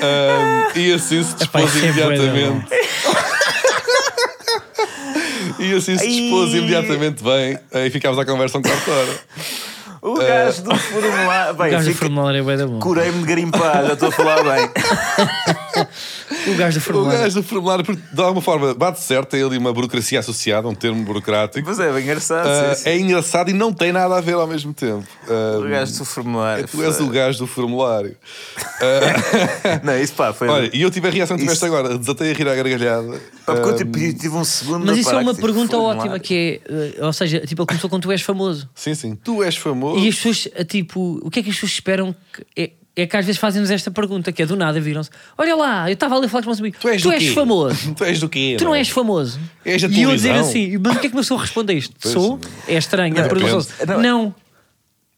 Ahm, e assim se
Epá,
dispôs Um, assim
isso é bué da
imediatamente. E assim se dispôs
Ai.
imediatamente bem. Aí ficámos à conversa um quarto de hora.
O gajo do formulário.
O
Bem,
gajo do
fica-
formulário é bué da bom.
curei-me de garimpar, já estou a falar bem.
O gajo do
O
formulário.
gajo do formulário, porque, de alguma forma, bate certo, tem ali uma burocracia associada, um termo burocrático.
Mas é bem engraçado.
Ah,
sim, sim.
é engraçado e não tem nada a ver ao mesmo tempo. Ah,
O é gajo do formulário.
tu és o gajo do formulário.
Não, isso pá, foi.
Olha, e eu tive a reação que tiveste
Isso-
agora. Desatei a rir à gargalhada.
Pá, porque eu
Ah,
tive, tive um segundo.
Mas
a
isso é
parar,
uma
que tipo,
pergunta
formulário.
ótima que é, eh, ou seja, tipo, ele começou com tu és famoso.
sim, sim. Tu és famoso.
E as pessoas, eh, tipo, o que é que as pessoas esperam? que- é, é que às vezes fazem-nos esta pergunta, que é do nada, viram-se. Olha lá, eu estava ali a falar com os meus amigos.
do quê?
famoso.
tu és do quê?
Tu não
é?
és famoso.
És da
e eu dizer
televisão.
assim, mas o que é que uma pessoa responde a isto?
Pois.
Sou? É estranho. a pergunta
depende.
É,
sou- não.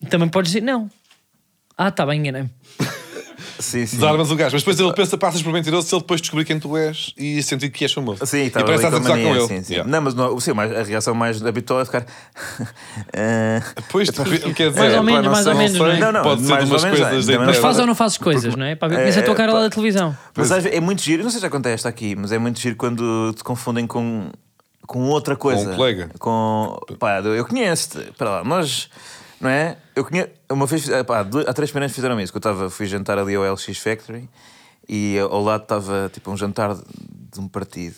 Também podes dizer não. Ah, tá bem, enganei-me.
Sim, sim.
Desarmas o gajo, mas depois ele pensa, passas por mentiroso se ele depois descobrir quem tu és e sentir que és famoso.
Sim,
e
estava
parece que estás a
ali com
gozar
a
com
mania,
ele.
sim, sim.
Yeah.
Não, mas não, sim, mas a reação mais habitual é ficar. eh,
Pois, quer dizer,
Mais ou
pá,
menos,
não
mais
sei,
ou menos,
sei,
não é?
Não, não,
pode ser de
mais
umas
ou menos,
coisas da
também não É,
Mas faz
internet.
ou não fazes coisas, não é? Para ver como é que a tua
é,
cara
pá.
lá da televisão.
Mas às vezes é muito giro, não sei se já contei esta aqui, mas é muito giro quando te confundem com, com outra coisa.
um colega.
Com. Pá, eu conheço-te. Espera lá, nós. Não é? Eu conheço. Uma vez. eh, Pá, du- há três semanas fizeram isso, que eu estava. Fui jantar ali ao LX Factory e ao lado estava tipo um jantar de de um partido.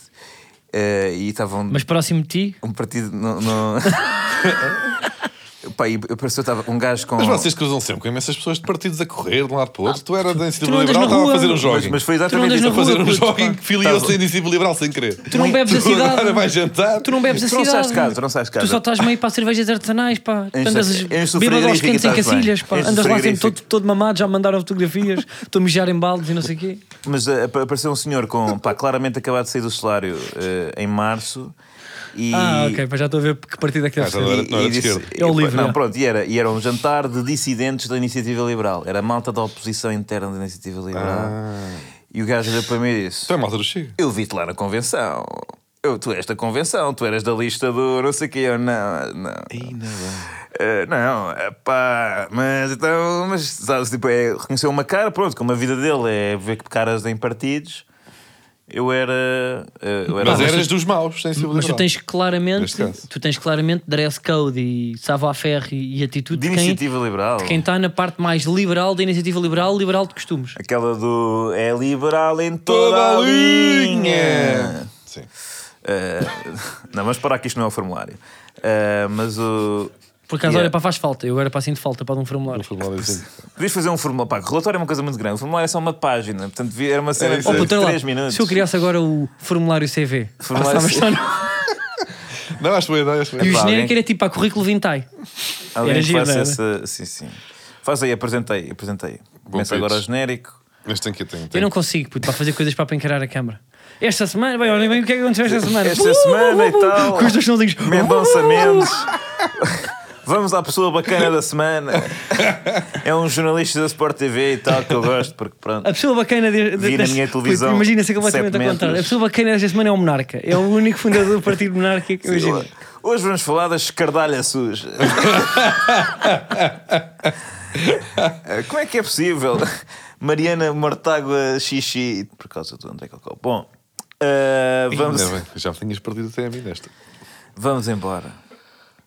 Eh, e estavam
Mas próximo de ti,
um partido no. no... Pá, e eu parecia que estava um gajo com.
Mas vocês cruzam sempre com imensas pessoas de partidos a correr de um lado para o outro. tu era da
não
iniciativa
Ah, andas
liberal,
na
estava a
rua.
fazer um
mas,
jogging.
mas foi
Tu não andas
exatamente
na
a
isso.
rua,
fazer um
puto,
jogging,
pá.
filiou-se da iniciativa liberal sem querer.
tu não bebes a
Tu
cidade.
agora vais jantar.
Tu não bebes a
Ah, Tu não
cidade.
sais de casa, tu não sais de casa.
Tu só estás meio para as cervejas artesanais, pá. Tu
Enche-
Andas
enche o
bêbado aos
frigorífico e
cantos em
estás bem.
cacilhas, pá.
Enche o
Andas lá sempre
frigorífico.
todo, todo mamado, já me mandaram fotografias, estou a mijar em baldes e não sei o quê.
Mas eh, apa- apareceu um senhor com, pá, claramente acabado de sair do salário eh, em março e.
Ah, ok, pá, já estou a ver que partida é que deve
Ah,
ser.
já Não era- não era de esquerda.
É o
e-
livro,
Não,
é.
pronto, e era, e era um jantar de dissidentes da Iniciativa Liberal. Era a malta da oposição interna da Iniciativa Liberal. E o gajo olhou para mim e disse:
Tu é malta do Chega.
Eu vi-te lá na convenção. Eu, tu és da convenção, tu eras da lista do não sei o quê. Eu, não, não. Eh, não, eh, pá, mas então, mas sabes, tipo, é, reconheceu uma cara, pronto, como a vida dele é ver caras em partidos. Eu era. eh, eu era
Mas eras dos maus, sem iniciativa
Mas tu
liberal.
tens
Neste
claramente,
caso.
tu tens claramente dress code e savoir-faire e, e atitude
de
de quem, de
iniciativa liberal.
quem está na parte mais liberal da iniciativa liberal, liberal de costumes.
Aquela do é liberal em toda,
Toda
a
a
linha.
linha. Sim.
Eh, não, vamos parar que isto não é o formulário. Eh, mas o.
Por acaso,
Yeah.
olha, pá, faz falta. Eu agora pá, sinto falta para de um formulário.
O formulário é assim.
Podias fazer um formulário. Pá, o relatório é uma coisa muito grande. O formulário é só uma página. Portanto, devia- era uma cena
É isso,
Oh,
é
de
puto, olha
3
lá,
minutos.
Se eu criasse agora o formulário CV,
Formulário
passavas
CV.
só no-
Não, acho boa ideia. acho boa
e o
ideia.
Epá,
genérico
alguém-
era tipo a currículo vintai.
Alguém
Era
que
giro,
faça
não é? era?
essa. Sim, sim. Faz aí, apresentei. apresentei. Começa
pitch.
agora o genérico.
Mas tem que ter.
Eu não consigo, puto, para fazer coisas para encarar a câmara. Esta semana, bem, olhem bem o que é que aconteceu esta semana. uh,
Esta semana e tal.
Com os dois sonzinhos.
Mendonça Mendes. Vamos à pessoa bacana da semana. É um jornalista da Sport TV e tal que eu gosto, porque pronto.
A pessoa bacana de, de,
Vi na
das-
minha televisão,
Puto, Imagina ser completamente
sete
ao contrário. A
metros.
pessoa bacana desta semana é o Monarca. É o único fundador do Partido Monarca que imagina.
Hoje vamos falar da escardalha suja. Eh, Como é que é possível? Mariana Mortágua Xixi, por causa do André Cocó. Bom, eh, vamos,
Ainda bem, Já tinhas perdido até a mim nesta.
vamos embora.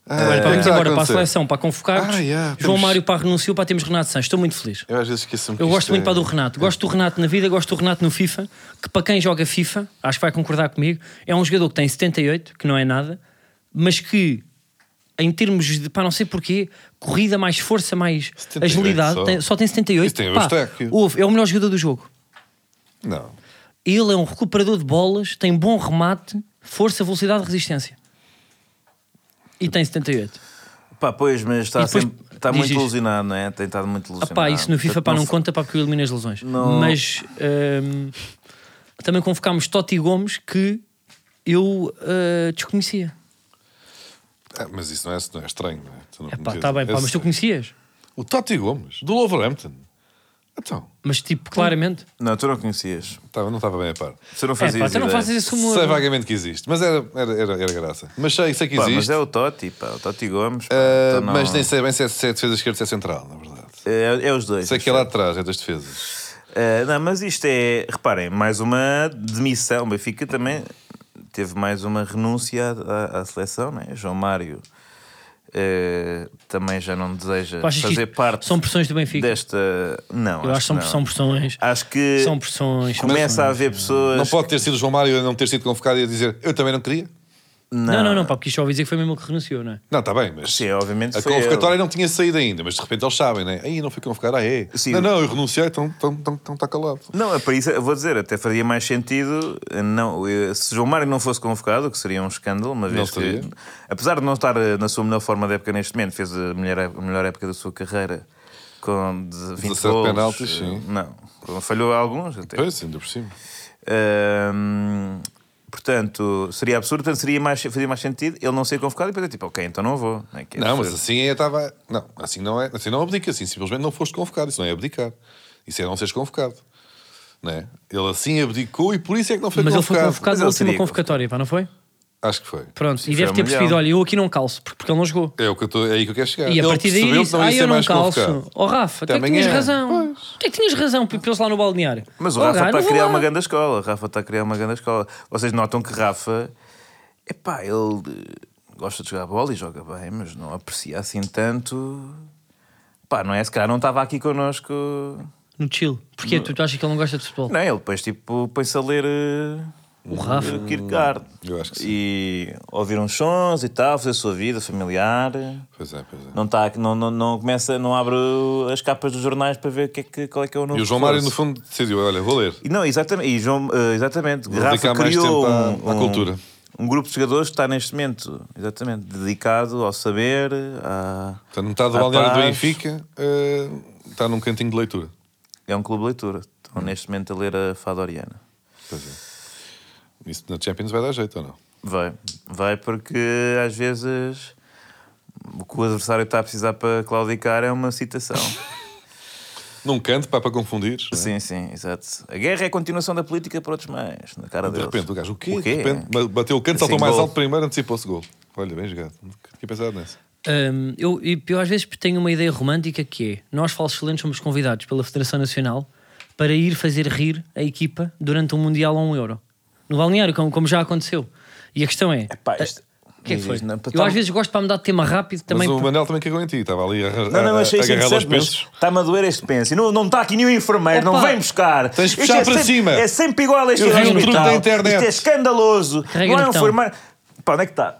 Olha, Tá pá,
o que é que
vamos
está a
embora para a
acontecer?
seleção, para convocados.
Ah, yeah,
João
temos-
Mário para renunciou, para temos Renato Santos. Estou muito feliz.
Eu às vezes esqueço-me.
Eu
que
gosto
isto
muito para
é-
do Renato. Gosto do Renato na vida, gosto do Renato no FIFA, que para quem joga FIFA, acho que vai concordar comigo, é um jogador que tem 78, que não é nada, mas que em termos de, pá, não sei porquê, corrida, mais força, mais
78
agilidade,
só.
tem- só tem 78.
Isso tem o
pá,
Eustáquio.
ouve, é o melhor jogador do jogo.
Não.
Ele é um recuperador de bolas, tem bom remate, força, velocidade, resistência. E tem 78.
Pá, pois, mas está,
E depois-
sempre- está
diz
muito
isto.
ilusionado, não é? Tem estado muito
Ah,
ilusionado.
pá, isso no FIFA
Portanto,
pá, não
fa-
conta pá, porque eu elimino as lesões.
Não-
Mas hum, também convocámos Totti Gomes que eu ah, desconhecia.
Ah, mas isso não é, não é estranho, não é? Tu não
É pá,
conheces-
está bem, pá,
Esse-
mas tu conhecias.
O Totti Gomes, do Wolverhampton. Então,
Mas tipo, claramente.
Não, tu não conhecias.
estava- não estava bem a par.
Tu não
É
fazias.
pá, tu não
ideia.
fazes esse humor.
Sei vagamente que existe, mas era, era, era, era graça. Mas sei, sei que
Pá,
existe,
mas é o Totti, pá, o Totti Gomes. pá,
ah,
então não-
mas nem sei bem se é, se é defesa esquerda ou se é central, na verdade.
É, é os dois.
Sei que é lá atrás, é das defesas.
Eh, Ah, não, mas isto é, reparem, mais uma demissão. O Benfica também teve mais uma renúncia à, à seleção, né? João Mário eh, também já não deseja
Tu achas que
fazer
isto
parte
São pressões do Benfica.
desta. Não,
Eu acho que são,
não. Ah,
são pressões.
Acho que
São pressões. são
começa a
pressões.
haver pessoas.
Não pode ter sido o João Mário a não ter sido convocado e a dizer eu também não queria.
Não, não, não, pá, porque isto só ouvi dizer que foi mesmo ele que renunciou, não é?
Não, está bem, mas
Sim, obviamente
a
foi ele.
convocatória não tinha saído ainda, mas de repente eles sabem, né? Aí não fui convocado, ah é?
Sim.
Não, não, eu renunciei, então está calado.
Não, é para isso, eu vou dizer, até faria mais sentido. eh, Não, eh, se João Mário não fosse convocado, o que seria um escândalo, uma vez que,
seria.
apesar de não estar eh, na sua melhor forma da época neste momento, fez a melhor, a melhor época da sua carreira com 20
17
gols, eh,
penaltis, sim.
Não, com- falhou alguns até.
Pois, ainda por cima.
Ahm, portanto, seria absurdo, portanto, seria mais, fazia mais sentido ele não ser convocado e depois é tipo, ok, então não vou. né, que é
Não, mas
absurdo.
assim eu estava. Não, assim não é. Assim não abdica, assim simplesmente não foste convocado. Isso não é abdicar. Isso é não seres convocado. Né? Ele assim abdicou e por isso é que não foi
Mas ele foi
convocado.
convocado
Mas
na
ele
última
seria
convocatória, pá, não foi?
Acho que foi.
Pronto,
Sim,
e
foi
deve
ao
ter
Mundial.
percebido, olha, eu aqui não calço, porque porque ele não jogou.
É, o que eu tô, é aí que eu quero chegar.
E a
Ele
partir daí
percebeu que
disse,
não ia
ah,
ser
eu não
mais
calço.
convocado.
Oh Rafa, até que
Também
tinhas
é,
razão. Até que tinhas razão para eles lá no balneário.
Mas o
Oh,
Rafa
gajo,
está a
não vou
criar
lá.
uma grande escola. O Rafa está a criar uma grande escola. Vocês notam que Rafa, epá, ele eh, gosta de jogar bola e joga bem, mas não aprecia assim tanto. Pá, não é? Se calhar não estava aqui connosco.
No Chile. Porquê? Tu, tu achas que ele não gosta de futebol?
Não, ele depois tipo põe-se a ler eh,
O Rafa.
Kierkegaard.
eu acho que sim.
E ouvir uns sons e tal, fazer a sua vida familiar.
Pois é, pois é.
Não, tá, não, não, não começa, não abre as capas dos jornais para ver o que é que, qual é que é o novo.
E o João Mário,
reforço.
no fundo, decidiu: olha, vou ler.
E Não, exatamente. E João, eh, exatamente. Rafa
dedicar mais
criou
tempo à-
um,
à
um-
cultura.
um grupo de jogadores que está neste momento, exatamente, dedicado ao saber, à-
Portanto, metade do
à
balneário do
paz.
Benfica eh, está num cantinho de leitura.
É um clube de leitura. Estão neste momento a ler a Fadoriana.
é. Isso na Champions vai dar jeito ou não?
Vai, vai porque às vezes o que o adversário está a precisar para claudicar é uma citação.
Num canto, pá, para confundir. não é?
sim, sim, exato. A guerra é a continuação da política para outros mais, na cara
De
deles.
repente, o gajo, o quê?
O quê?
De repente, ba- bateu o canto, saltou
Assim,
mais
gol.
alto primeiro, antecipou-se gol. Olha, bem jogado. Nunca tinha pensado nessa.
Hum, eu, e eu às vezes tenho uma ideia romântica que é: nós, falsos excelentes, somos convidados pela Federação Nacional para ir fazer rir a equipa durante um Mundial ou um Euro. No balneário, como, como já aconteceu. E a questão é:
Pá, isto-
o que é que foi?
Diz, não, pá,
eu às
tá-
vezes gosto para mudar de tema rápido também.
mas o
porque-
Manel também cagou em ti, estava ali a, arran-
Não, não,
a, a,
achei isso é
agarrar aos
interessante,
pensos.
mas está-me a doer este penso. E não não está aqui nenhum enfermeiro, não
Opa!
vem buscar.
Tens de
Isto
puxar
é
para
sempre-
cima.
É sempre igual a este
Eu vi um
hospital.
truque da internet.
Isto é escandaloso.
Carrega
não é
no
um
botão.
enfermeiro. Pá, onde é que está?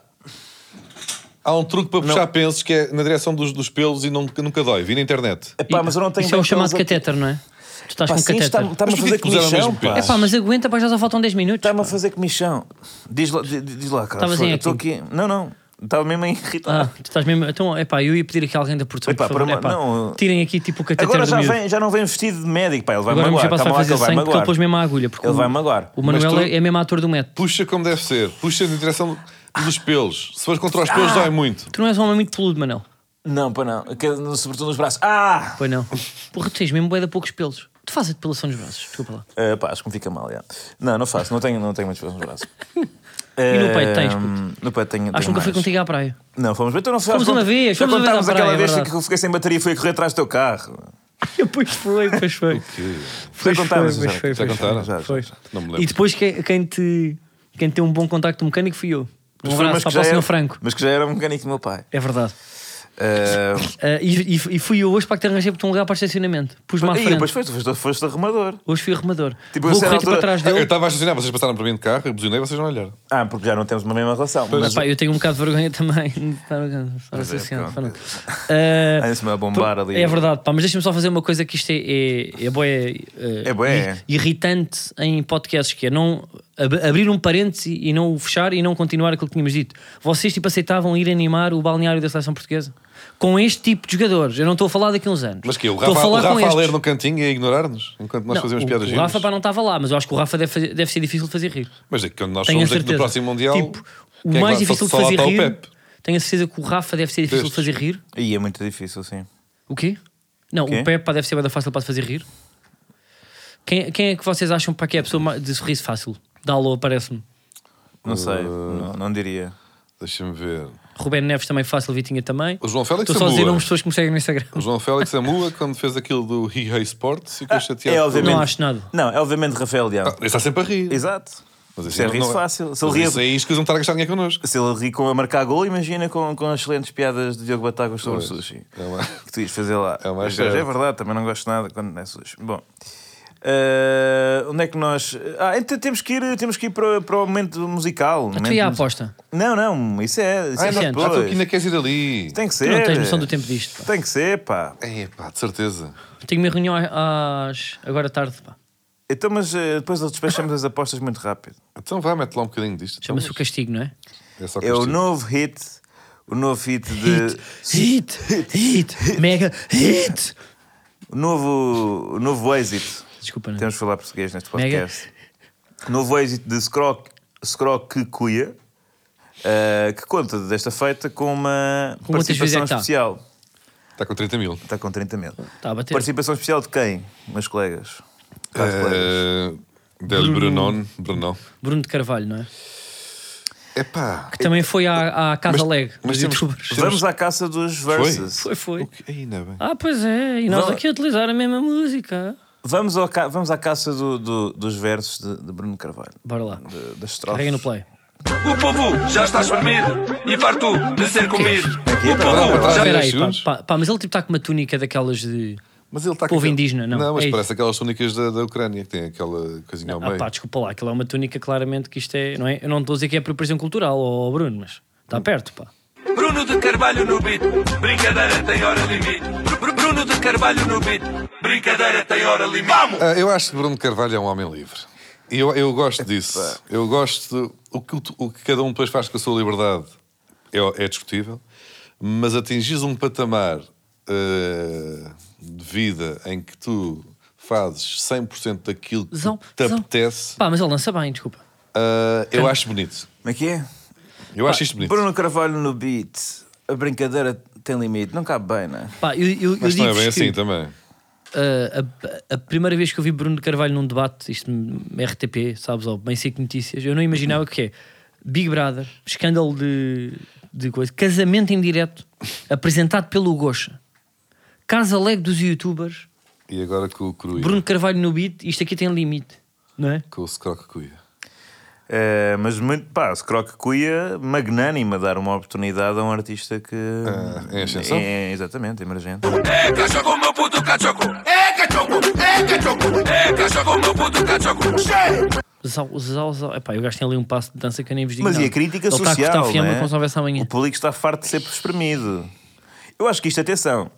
Há um truque para puxar pensos que é na direção dos, dos pelos e não, nunca dói. Vi na internet.
Pá, mas eu não tenho
Isso é o
bem
chamado
todos aqui.
catéter, não é? Tu estás
Pá,
com
sim,
catéter.
está- está-me a
Mas
fazer
porquê que puseram o
comichão,
mesmo
pá.
peso?
É pá, mas aguenta, pá, já só faltam 10 minutos.
Está-me a fazer comichão. Diz lá, di- diz lá cara.
Estavas em
eu estou aqui. Não, não. Estava mesmo a irritar.
Ah, tu estás mesmo. Então, é pá, eu ia pedir aqui alguém da produção.
Epá,
por favor,
por uma-
epá,
não, eu-
tirem aqui tipo o catéter
Agora
do
já,
miúdo.
vem, já não vem vestido de médico, pá. Ele vai
Agora vamos
magoar.
já passar a
Calma lá que
fazer
ele vai
sangue porque ele pôs
magoar.
mesmo a agulha. Porque
Ele
o-
vai magoar.
O Manuel
Mas tu-
é, é mesmo ator do método.
Puxa como deve ser. Puxa na direção dos pelos. Se fores contra os
Ah.
pelos, dói muito.
Tu não és um homem muito peludo, Manel.
Não, pá, não. Que- Sobretudo nos braços. Ah!
Pois não. Porra, tu tens mesmo bué de poucos pelos. Tu fazes a depilação dos braços, desculpa lá.
Eh, pá, acho que me fica mal, já. Não, não faço, não tenho, não tenho muitos pelos nos braços.
E no peito tens,
Ehm, No peito tenho.
Acho que
tenho
nunca fui
mais.
contigo à praia.
Não, fomos bem, então não
Fomos
já
uma
cont-
vez,
já
fomos uma vez à
contámos
praia,
aquela
é
vez
verdade. Um
que eu fiquei sem bateria e fui a correr atrás do teu carro.
Pois foi, pois foi.
Já contámos, já.
Já contaram?
Já, já,
Foi.
já.
Não me
E
lembro.
depois que- quem te quem tem um bom contacto mecânico fui eu. Um
foi,
abraço para o
já
Sr.
era-
Franco.
Mas que já era um mecânico do meu pai.
É verdade.
Eh,
Ah, e, e- e fui eu hoje para que te arranjei para um lugar para estacionamento. Pus-me à
e depois
frente.
foste, foste, foste arrumador.
Hoje fui arrumador.
Tipo,
Vou
a certa
correr tipo
altura-
atrás
Eu
dele.
estava a estacionar, vocês passaram por mim de carro, eu buzinei, vocês não olharam.
Ah, porque já não temos uma mesma relação. Mas
Epá, eu tenho um bocado de vergonha também. Estar
Tá
a assim,
é,
associar.
pronto.
Ah,
antes-me a bombar ali.
É verdade, pá, mas deixa-me só fazer uma coisa que isto é, é, é, bué, eh,
É bué.
ir- irritante em podcasts, que é não ab- abrir um parênteses e não o fechar e não continuar aquilo que tínhamos dito. Vocês tipo aceitavam ir animar o balneário da seleção portuguesa? Com este tipo de jogadores, eu não estou a falar daqui a uns anos.
Mas que o
Estou
Rafa, o
falar com
Rafa a
estes.
ler no cantinho e a ignorar-nos enquanto nós
Não,
fazemos
o,
piadas
o Rafa tá-
giras.
pá, não estava lá, mas eu acho que o Rafa deve, fazer- deve ser difícil de fazer rir.
Mas é que quando nós
Tenho a
somos aqui
certeza.
no próximo Mundial.
Tipo, o
quem é que
mais
vai-
difícil de
só- só lá
fazer
está o
rir.
Pepe.
Tenho a certeza que o Rafa deve ser difícil
Destes.
de fazer rir.
E é muito difícil, sim.
O quê? Não,
Quê?
o Pepe pá, deve ser bué da fácil para te fazer rir. Quem, quem é que vocês acham para que é a pessoa ma- de sorriso fácil? Dá alô, parece-me.
Não sei,
Uh.
não, não diria.
Deixa-me ver.
Ruben Neves também fácil, Vitinha também.
O João Félix
Estou só a dizer
Amua.
nomes de pessoas que me seguem no Instagram.
O João Félix Amua, quando fez aquilo do He Hey Sports, ficou chateado.
é, obviamente.
Não acho nada.
Não, é obviamente Rafael Leão.
Ah, Ele está sempre a rir.
Exato.
Mas
Isso é riso fácil. Se ele ria-
Isso aí escusam de estar a gastar dinheiro connosco.
Se ele ri com a marcar gol, imagina com, com as excelentes piadas de Diogo Batagos sobre o sushi.
É uma-
Que tu ias fazer lá.
É o mais
Mas, é
certo.
verdade, também não gosto nada quando não é sushi. Bom. eh, onde é que nós. Ah, então temos que ir, temos que ir para, para o momento musical.
A
momento
tua e a
mus-
aposta.
Não, não, isso é. Isso
Ah,
é
não,
Sim,
já
antes.
estou
depois.
aqui, ainda queres ir ali.
Tem que
Tu
ser.
não tens noção do tempo disto. Pá.
Tem que ser, pá.
É, pá, de certeza.
Tenho uma reunião às. agora tarde. Pá.
Então, mas eh, depois despachamos as apostas muito rápido.
Então vá, mete lá um bocadinho disto.
Chama-se o castigo, não é?
É só
É o
castigo.
novo hit, o novo hit de.
Hit, hit, hit, mega hit.
O novo, o novo êxito.
Desculpa, não.
Temos de falar português neste
Mega.
podcast. O novo êxito de Scroc que Cuia, eh, que conta desta feita com uma
Com quantas vezes é
participação
que está?
especial.
Está Tá com 30 mil.
Está com 30 mil.
Está Tá a bater.
Participação especial de quem, meus colegas? Caros colegas.
Eh, Del Brunón. Brunão.
Bruno de Carvalho, não é?
É pá.
Que também foi à, à Casa Leg
mas
dos
temos-
youtubers.
Vamos à caça dos verses.
Foi, foi.
Ainda bem.
Ah, pois é, e nós
Não.
aqui a utilizar a mesma música.
Vamos, ao ca- vamos à caça do- do- dos versos de, de Bruno Carvalho.
Bora lá.
De- das estrofes.
Carrega no play.
O povo já está espremido e farto de ser comido.
Aqui,
O
tá lá,
povo
tá lá.
já
Espera aí, pá,
segundos.
pá, pá, mas ele tipo está com uma túnica daquelas de.
Mas ele está com
Povo
aquele-
indígena, não,
Não, mas
é isso.
parece aquelas túnicas da, da Ucrânia que tem aquela coisinha ao
Ah,
meio.
pá, desculpa lá, aquilo é uma túnica claramente que isto é. Não é? Eu não estou a dizer que é apropriação cultural, ó Bruno, mas está perto, pá.
Bruno de Carvalho no beat, brincadeira tem hora limite. Br- Bruno de Carvalho no beat, brincadeira tem hora limite. Vamos!
Ah, eu acho que Bruno Carvalho é um homem livre. E eu, eu gosto disso. Eu gosto. O que, o- o que cada um depois faz com a sua liberdade é, é discutível, mas atingires um patamar ah, de vida em que tu fazes 100% daquilo que
Zão,
te
zão.
apetece,
Pá, mas ele lança bem, desculpa.
ah, eu acho bonito.
Como é que é?
Eu acho isto bonito.
Bruno Carvalho no beat. A brincadeira tem limite. Não cabe bem, não é?
Pá, eu, eu, eu
Mas não é
digo-vos
bem
que,
assim também.
ah, a, a primeira vez que eu vi Bruno de Carvalho num debate, isto no RTP, sabes, ou bem sei que notícias, eu não imaginava o que é Big Brother, escândalo de, de coisa, casamento em direto, apresentado pelo Gocha, Casa Leg dos youtubers,
E agora com o Crui,
Bruno Carvalho no beat, isto aqui tem limite, não é?
com o Scroc Cuia.
É, mas muito, pá, se croque cuia, magnânima dar uma oportunidade a um artista que.
Ah, em ascensão?
É, exatamente, emergente.
É cachorro, meu puto cachorro. É cachorro, é cachorro. É cachorro, meu puto cachorro. Cheio!
Zau, zau, zau. Epá, eu gasto ali um passo de dança que eu nem vos digo
Mas
nada.
e a crítica
Ele está a
social?
cortar a fiamma
não é?
como se não houvesse amanhã.
O público está farto de ser espremido. Eu acho que isto, atenção,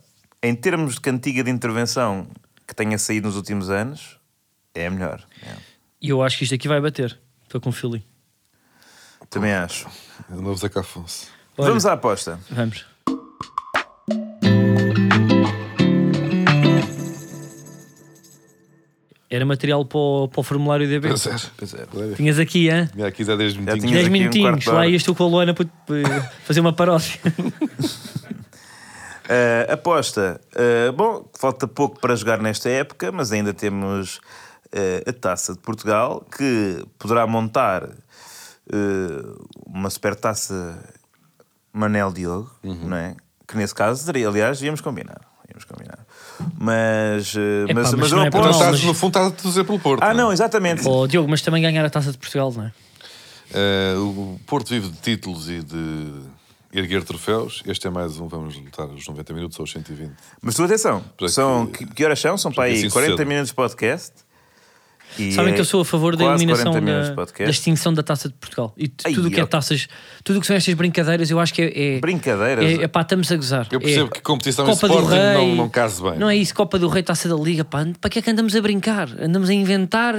em termos de cantiga de intervenção que tenha saído nos últimos anos, é a melhor. É.
E eu acho que isto aqui vai bater. Estou com o feeling.
Também acho.
O novo Zeca Afonso.
Olha.
Vamos à aposta.
Vamos. Era material para o, para o formulário DB.
Pois é.
Pois é.
Tinhas aqui, hã?
Tinha aqui já 10 minutinhos.
tinha- Tinhas
10
aqui um
minutinhos.
quarto de
lá
hora.
ias tu com a Luana para para fazer uma paródia.
Uh, aposta. Uh, bom, falta pouco para jogar nesta época, mas ainda temos uh, a Taça de Portugal, que poderá montar uh, uma super taça Manel Diogo, não é? Que nesse caso seria, aliás, íamos combinar. Íamos combinar. Mas, uh,
Epá,
mas,
mas
mas eu
não é
Não,
Não,
aposto.
estás,
mas-
tá- No fundo estás a trazer pelo Porto.
Ah,
não é?
não, exatamente.
oh, Diogo, mas também ganhar a taça de Portugal, não é?
Eh, o Porto vive de títulos e de erguer troféus. Este é mais um. Vamos lutar os 90 minutos ou os 120.
Mas tu atenção,
Para
são,
que-
é que, é que horas são? São para aí
assim
40
suceda.
minutos de podcast. E
Sabem
é
que eu sou a favor da
quase 40
eliminação
minutos
da,
de podcast.
da extinção da taça de Portugal. E t-
Ai,
tudo o que é
ó.
taças, tudo o que são estas brincadeiras, eu acho que é. é
Brincadeiras?
É, é pá, estamos a gozar.
Eu percebo
É
que competição em
Copa do
Sporting
Rei,
não, não case bem.
Não é isso, Copa do Rei, Taça da Liga, pá, para que é que andamos a brincar? Andamos a inventar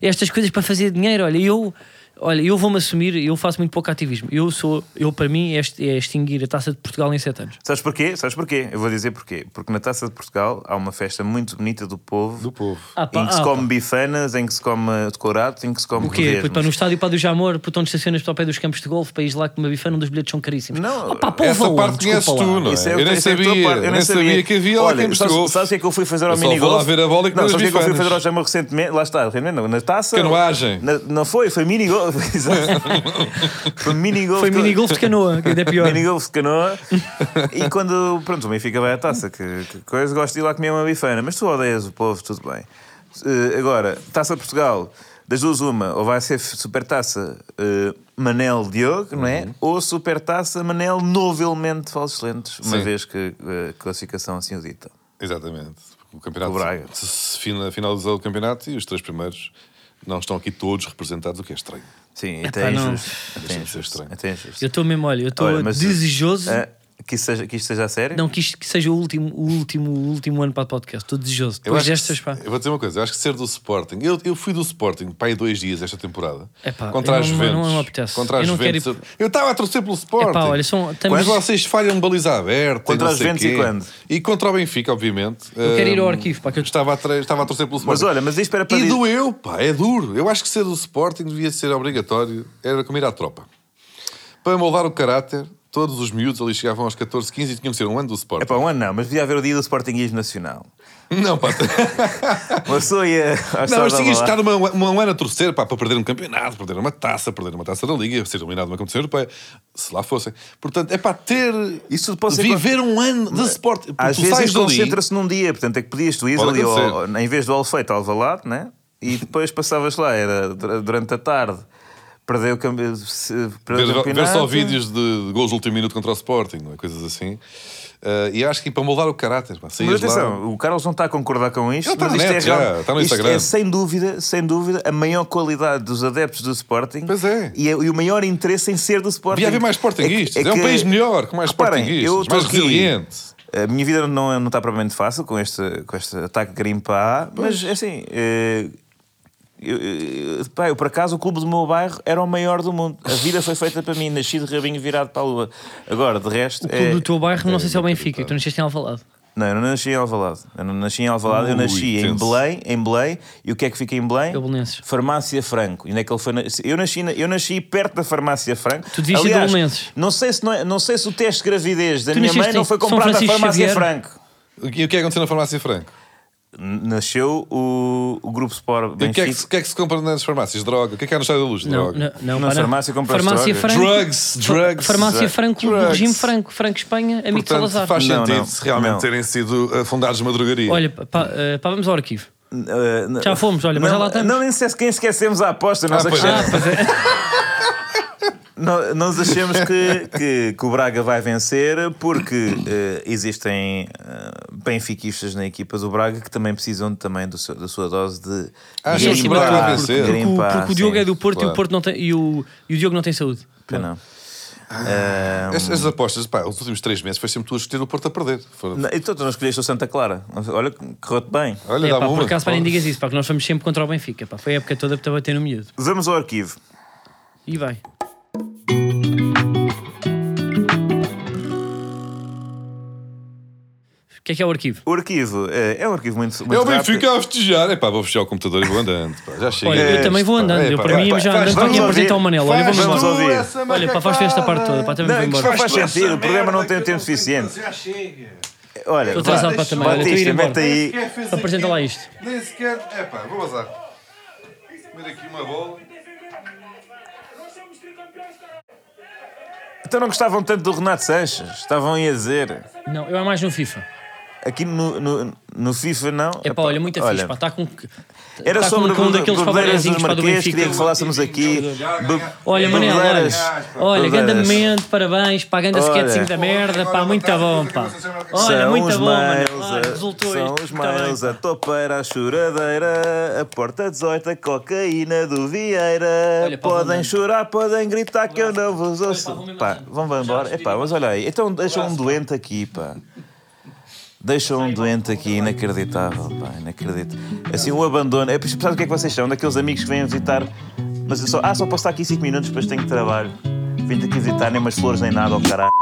estas coisas para fazer dinheiro. Olha, eu, olha, eu vou-me assumir, eu faço muito pouco ativismo. Eu sou, eu para mim é ext- é extinguir a Taça de Portugal em 7 anos.
Sabes porquê? Sabes porquê? Eu vou dizer porquê. Porque na Taça de Portugal há uma festa muito bonita do povo,
Do povo.
Ah, pá,
em que se
ah,
come bifanas, em que se come decorados, em que se come
O quê? tá
torresmos.
Puto, pá, no estádio para do Jamor, puto, onde estacionas para o pé dos campos de golfe, para ir lá com uma bifana onde os bilhetes são caríssimos.
Não,
Oh, pá, povo
Essa
aonde?
parte conheces
Desculpa lá.
tu, não é?
Isso é-
eu nem
isso é a tua
sabia.
parte.
Eu nem sabia que havia lá
Olha,
quem
sabes,
jogou.
sabes o que é que eu fui fazer ao
Eu só vou
minigolf?
lá ver a bola e comer
Não,
as
sabes o que é que eu fui
bifanas.
fazer ao Jamor recentemente? Lá está, recentemente não, na taça.
Canoagem.
Na- não foi, foi minigolf. Exato. foi minigolf.
Foi
que-
mini-golfe de canoa, que ainda é pior.
Minigolf de canoa. e quando, pronto, o Benfica vai à taça, que, que coisa, gosto de ir lá comer uma bifana. Mas tu odeias o povo, tudo bem. Eh, agora, Taça de Portugal. Das duas, uma, ou vai ser f- supertaça eh, Manel Diogo, não
Uhum.
é? Ou supertaça Manel novo elemento de falsos lentes, uma
Sim.
vez que eh, a classificação assim o dita.
Exatamente. O campeonato
O Braga.
se, se fina- finalizou o campeonato e os três primeiros não estão aqui todos representados, o que é estranho.
Sim,
Epá,
até é
não.
injusto. Até é
Deixa-me ser
injusto.
estranho.
Até é injusto.
Eu estou mesmo, olha, eu estou
Olha, mas-
desejoso.
eh,
Ah, que, isto seja, que isto seja a sério?
Não, que isto que seja o último, o último, o último ano para o podcast. Estou desejoso.
Eu,
Depois
acho que
destas,
se-
é, pá.
eu vou dizer uma coisa, eu acho que ser do Sporting, eu, eu fui do Sporting pá, aí dois dias esta temporada
Epá,
contra
eu
as
não-
Juventus.
não me apetece.
Contra as
Eu não quero
Juventus. Eu estava a torcer pelo Sporting.
Epá, olha, são-
Quando
estamos-
vocês falham baliza aberta.
Contra
e não
as
sei
Juventus e
quê.
quando?
E contra o Benfica, obviamente.
Eu quero ir ao
Hum,
arquivo, pá, que eu-
estava, a tra- estava a torcer pelo Sporting.
Mas olha, mas isto era para
E
dizer-
doeu, pá, é duro. Eu acho que ser do Sporting devia ser obrigatório. Era como ir à tropa. Para moldar o caráter, todos os miúdos ali chegavam aos 14, 15 e tinham que ser um ano do Sporting.
É para um ano, não, mas devia haver o dia do Sportingismo Nacional.
Não, pá.
é Uma pessoa ia. à
Não,
história
mas
da
tinhas de
bola.
estar uma, uma, um ano a torcer pá, para perder um campeonato, perder uma taça, perder uma taça da Liga, ser eliminado numa competição europeia, se lá fossem. Portanto, é para ter.
Isso pode ser
Viver um ano de esporte.
Às
tu
vezes
sais dali.
concentra-se num dia, portanto é que podias tu ir
Pode
ali, ao-
acontecer.
em vez do Alfeito, ao Valado, né? E depois passavas lá, era dur- durante a tarde, perder o campeonato.
Ver, ver só vídeos de, de gols do último minuto contra o Sporting, não é? coisas assim. Ah, e acho que para moldar o caráter, pá, saías
Mas
lá.
atenção, o Carlos não está a concordar com isto,
Ele está
mas
na
isto, é,
net já,
real-
está no
isto
Instagram.
é sem dúvida, sem dúvida, a maior qualidade dos adeptos do Sporting
Pois é.
e, e o maior interesse em ser do Sporting.
Devia haver mais Sportinguistas. É, um país melhor, com mais
Reparem, eu
Sportinguistas,
estou
mais
aqui-
resiliente.
A minha vida não, não está propriamente fácil com este, com este ataque grimpa A, mas assim. eh, Eu, eu- pá, eu, por acaso o clube do meu bairro era o maior do mundo. A vida foi feita para mim, nasci de rabinho virado para a lua. Agora, de resto.
O clube
é-
do teu bairro, não sei se é o Benfica, que tu nasceste em Alvalade.
Não, eu não nasci em Alvalade. Eu não nasci em Alvalade, eu
Ui,
nasci em
tenso.
Belém, em Belém. E o que é que fica em Belém?
Belenenses.
Farmácia Franco. E onde é que ele foi? na- Eu nasci, na- eu nasci perto da Farmácia Franco.
Tu devias ser de
Aliás,
Belenenses.
Não sei se não, é- não sei se o teste de gravidez da
Tu
minha
nasceste
mãe não
em
foi
São
comprado da
Francisco
Farmácia
Xavier?
Franco.
E o que é que aconteceu na farmácia Franco?
N- Nasceu o, o Grupo Sport
E O que,
Benfica.
é que, se- o que é que se compra nas farmácias? Droga. O que é que há no estádio da luz?
Não,
Droga.
não, não,
Na
pá, não.
farmácia compras
Farmácia
drogas.
Franco.
Drugs,
Fa-
drugs,
Farmácia
drugs.
Franco, do
Drugs.
regime Franco, Franco Espanha, amigo de
Portanto,
Salazar.
faz
Não,
sentido
não,
se realmente
não.
terem sido eh, fundados madrugaria.
Olha, pá, pá, eh, pá, vamos ao arquivo.
Uh, n-
Já fomos, olha, mas
não,
já lá estamos.
Não, nem esquece- quem esquecemos a aposta. Nós,
Ah, pois
achamos,
é.
nó- nós achamos que, que, que o Braga vai vencer porque eh, existem uh, benfiquistas na equipa do Braga que também precisam também do seu- da sua dose de
Ah,
Sim,
achas
sim,
que o
mas
Braga vai
claro,
vencer?
porque, o-
Grimpa,
porque o
sim,
Diogo é do Porto e, o
claro.
Porto não tem, e, o, e o Diogo não tem saúde.
Pena. Eh,
Estas estas apostas, pá, os últimos três meses foi sempre tu a escolher o Porto a perder. Foram-
Não, Então tu não escolheste o Santa Clara. Olha, que correu-te bem.
Olha,
é,
dá
pá, por
uma.
acaso, para nem digas isso, pá, que nós fomos sempre contra o Benfica. Pá. Foi a época toda para bater no miúdo.
Vamos ao arquivo.
E vai. O que é que é o arquivo?
O arquivo eh, é um arquivo muito, muito
É o
rápido.
Benfica a festejar. É pá, vou fechar o computador e vou andando. pá, já chega.
Olha, eu também vou andando. Eu, para mim,
pá,
já
faz- faz-
andando, tenho que
vamos
apresentar o
ouvir.
Manel. Olha,
faz
vamos
vamos
embora.
ouvir.
Olha, pá, faz tu esta parte toda. Pá, também
Não,
vou
é que
embora.
faz sentido, o programa não tem
o
o tempo suficiente.
Já chega.
Olha,
Estou atrasado para também. Olha, estou a ir
Batista,
embora.
mete aí.
Quem fez
Apresenta lá
aquilo?
isto.
Nem sequer. É pá, vou vazar. Comer aqui uma bola.
Então não gostavam tanto do Renato Sanches. Estavam aí a dizer.
Não, eu é mais no FIFA.
Aqui no, no, no FIFA não.
É pá, olha, muito fixe. Pá, está com.
Era
tá
só
com,
sobre
com um daqueles
bebedeiras
favorezinhos
dos
para do
Marquês. Queria que
Benfica.
falássemos aqui. Be-
Olha, Manel, olha,
bebedeiras.
olha
Bebedeiras.
gandamente, parabéns, pá, ganda
Olha.
sketchzinho da merda, pá, muito bom, pá. Olha,
São
muito
os mails,
bom, Manel.
a-
Olha, é? Ah, resultou
São
isto,
os
muito bem.
mails, a topeira, a choradeira, a porta 18, a cocaína do Vieira.
Olha, pá,
podem
vamos-
chorar, podem gritar que eu não vos ouço.
vamos mesmo
Pá,
assim.
vão embora. Epá, mas olha aí, então deixam um doente aqui, pá. Deixam um doente aqui, inacreditável, pá, inacreditável. Assim, o abandono. É, sabe o que é que vocês são? Daqueles amigos que vêm visitar, mas eu só, ah, oh, só posso estar aqui 5 minutos, depois tenho trabalho. Vim-te aqui visitar, nem umas flores, nem nada, ao caralho.